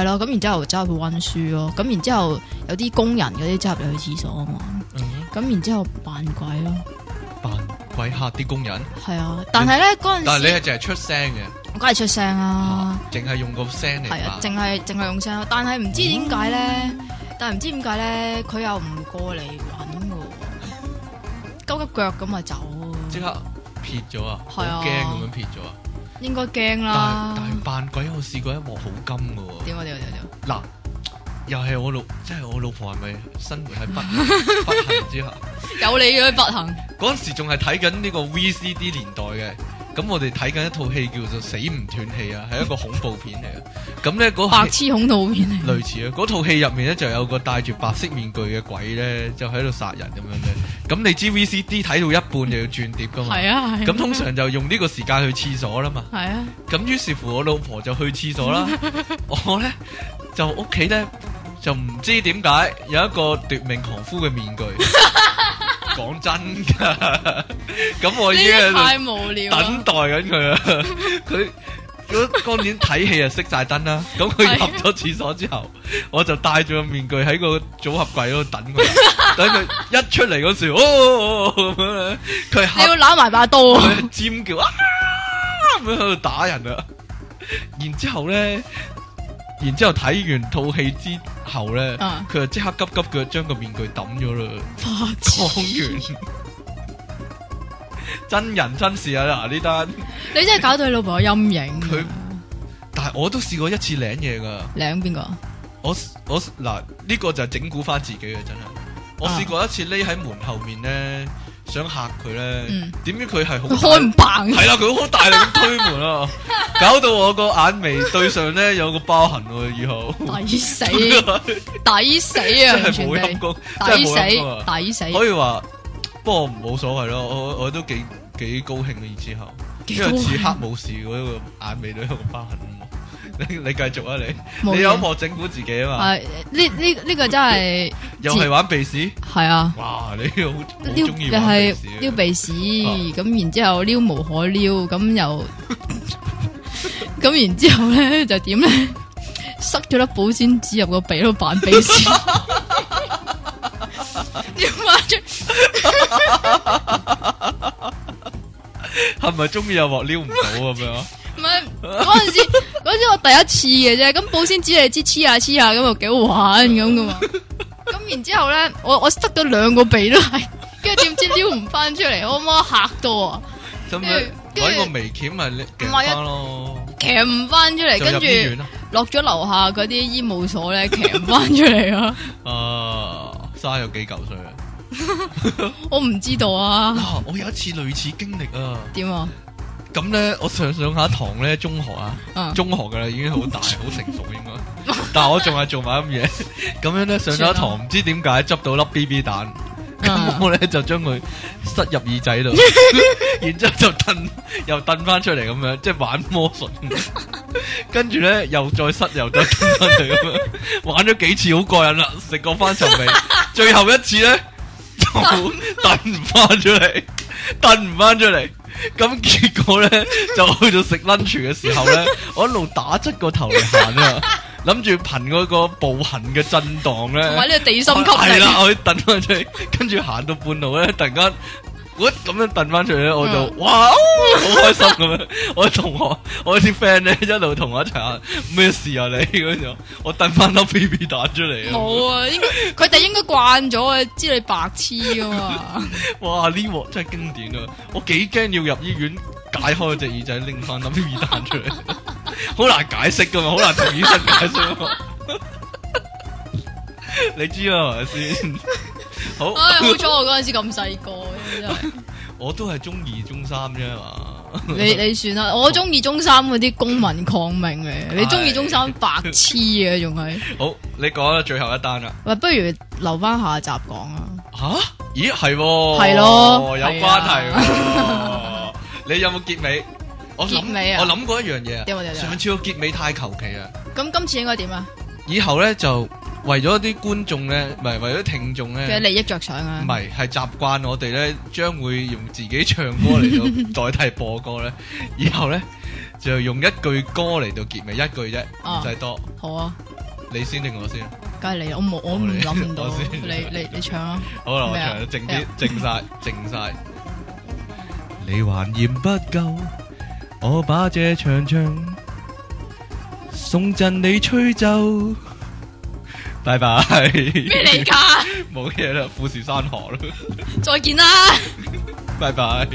B: 係咯，咁然之後走入去温書咯，咁然之後有啲工人嗰啲走入去廁所啊嘛，
A: 嗯
B: 咁然之後扮鬼咯，
A: 扮鬼嚇啲工人，
B: 係啊，但係咧嗰陣
A: 但係你
B: 時
A: 係淨係出聲嘅。
B: 我梗係出聲啦，
A: 净啊係用個聲嚟
B: 啊係啊
A: 扮，，
B: 淨係淨係用聲咯，但係唔知點解咧，但係唔知點解咧，佢又唔過嚟揾我，急急腳咁咪走
A: 即
B: 喎，
A: 刻撇咗啊，好
B: 係啊
A: 驚咁樣撇咗啊！
B: 應該驚
A: 但
B: 啦
A: 係，但係扮鬼，我試過一幕好金噶喎。
B: 點啊點啊點啊點啊，
A: 嗱，又係我老，即係我老婆係咪生活喺不 幸不幸之下？
B: 有你嘅不幸，
A: 嗰陣時仲係睇緊呢個 VCD 年代嘅。咁我哋睇緊一套戲叫做《死唔斷氣》啊，係一個恐怖片嚟嘅。咁咧嗰
B: 白
A: 戲
B: 痴恐怖片嚟，
A: 類似啊，嗰套戲入面咧就有個戴住白色面具嘅鬼咧，就喺度殺人咁樣嘅。咁你知 VCD 睇到一半就要轉碟噶嘛？
B: 係啊係啊，
A: 咁通常就用呢個時間去廁所啦嘛。
B: 係啊，
A: 咁於是乎我老婆就去廁所啦，我呢，就屋企呢，就唔知點解有一個奪命狂夫嘅面具，讲真噶，咁我
B: 呢
A: 已經喺
B: 啲
A: 度
B: 太無聊
A: 等
B: 啦。
A: 待緊佢啊！佢嗰當然睇戲啊，熄晒燈啦。咁佢
B: 係
A: 入咗廁所之後，我就戴住個面具喺個組合櫃嗰度等佢，等佢一出嚟嗰時，哦哦哦咁樣，佢
B: 你要
A: 嚇
B: 揦埋把刀 啊！
A: 佢尖叫啊咁樣喺度打人啊！然之後咧，然之後睇完套戲之後咧，
B: 啊
A: 佢就即刻急急腳將個面具抌咗啦。
B: 白
A: 講
B: 痴
A: 完 真人真事啊！嗱呢單。
B: 你真係搞到你老婆有陰影啊。
A: 佢但系我都試過一次領嘢噶，
B: 領邊個啊？
A: 我我嗱呢、個就係整蠱翻自己嘅真係。我
B: 啊
A: 試過一次匿喺門後面咧，想嚇佢咧
B: 嗯，
A: 點、知佢係好
B: 佢開唔
A: 系
B: 嘭，
A: 啦，佢好大力咁推門 啊，搞到我個眼眉對上咧有個疤痕喎，以後
B: 抵 死，
A: 真係
B: 抵死啊！完全
A: 冇
B: 地
A: 陰功，真係
B: 抵
A: 冇
B: 死
A: 陰功，啊！
B: 抵死，
A: 可以話，不過冇所謂咯，我我都幾幾高興嘅，之後
B: 幾
A: 因
B: 高興
A: 為此刻冇事嗰個眼眉都有個疤痕啊嘛，你你繼續啊你。
B: 冇
A: 你
B: 嘢
A: 有婆整蠱自己啊嘛，
B: 係呢呢呢個真係
A: 又係玩鼻屎，
B: 係啊！
A: 哇！你好好
B: 撩
A: 中意
B: 你
A: 玩
B: 係
A: 鼻屎啊，
B: 撩鼻屎，
A: 啊
B: 咁然之後撩無可撩，咁又咁然之後咧就點咧？塞咗粒保鮮紙入個鼻度扮鼻 屎， 撩翻出
A: 係咪中意有鑊撩唔到啊咁樣？
B: 唔係嗰陣時，嗰陣時我第一次嘅啫。咁保鮮紙你知黐下黐下咁又幾好玩咁噶嘛。咁然之後咧，我我塞咗兩個鼻都係，跟住點知撩唔翻出嚟，我媽嚇到啊，
A: 咁
B: 跟
A: 樣
B: 住跟
A: 揾
B: 住
A: 個眉鉗咪
B: 係
A: 夾
B: 啊
A: 翻咯，
B: 騎唔翻出嚟，
A: 就入
B: 跟
A: 醫院啊
B: 住
A: 啦。
B: 落咗樓下嗰啲醫務所咧，騎唔翻出 嚟啊！
A: 啊，嘥咗幾嚿水啊！
B: 我唔知道啊，
A: 啊，我有一次類似經歷啊，
B: 點啊？
A: 咁咧我上上下堂咧中學啊。
B: 啊，
A: 中學噶啦，已經好 大好成熟應該，但系我仲係做埋咁嘢， 咁樣咧上咗一
B: 算
A: 堂，唔知點解執到粒 B B 蛋，咁
B: 啊
A: 我咧就將佢塞入耳 仔度，然之后就蹬又蹬翻出嚟咁樣，即係玩魔術，跟住咧又再塞又再蹬翻嚟咁樣，玩咗幾次好過癮啦，食過翻尋味，最後一次咧就 蹬唔翻出嚟，蹬唔翻出嚟。咁結果咧就去到食 lunch 嘅時候咧，我一路打側個頭嚟行啊，諗住憑嗰個步行嘅震盪咧，
B: 同埋呢個地心吸
A: 係
B: 力
A: 啦，，我去蹬翻出去，跟住行到半路咧，突然間。我咁樣蹬翻出嚟咧，我就
B: 嗯
A: 哇，哦好開心咁樣。我啲同學，我啲 friend 咧一路同我一齊行，咩事啊你咁樣？我蹬翻粒 BB 蛋出嚟啊！
B: 冇啊，應該佢哋應該慣咗啊，知你白痴 噶嘛，
A: 哇！呢鑊真係經典啊！我幾驚要入醫院解開隻耳仔，拎翻粒耳蛋出嚟， 好難解釋噶嘛，好難同醫生解釋啊嘛。 你知啊，係咪先？ 好，
B: 唉，哎好彩我嗰陣時咁細個嘅真係。
A: 我都係中二、中三啫嘛。
B: 你你算啦，我中意中三嗰啲公民抗命嚟，你中意中三白痴嘅仲 係，
A: 好，你講啦，最後一單啦。
B: 喂，不如留翻下集講啊，
A: 吓？咦，係喎，
B: 係咯啊
A: 有關係喎。 你有冇結尾？我
B: 結尾
A: 諗，
B: 啊
A: 我諗過一樣嘢
B: 點啊點
A: 啊。
B: 啊
A: 上次個結尾太求其啊。
B: 咁今次應該點啊？
A: 以後咧就為咗啲觀眾咧，唔係為咗聽眾
B: 嘅
A: 咧，
B: 利益着想啊
A: 唔，係係習慣我哋咧，將會用自己唱歌嚟到代替播歌咧。 以後咧就用一句歌嚟到結尾，一句啫，唔
B: 啊
A: 使多。
B: 好啊，
A: 你先定我先？
B: 梗係你，我冇我唔諗唔到，
A: 我先
B: 你你你唱 啊，
A: 好啦，我
B: 咩啊
A: 唱啦靜
B: 咩
A: 啲
B: 啊，
A: 靜晒，靜晒。你還嫌不夠，我把這長唱送贈你吹奏。拜拜。
B: 咩嚟㗎？
A: 冇嘢啦，富士山河啦，
B: 再見啦！
A: 拜拜。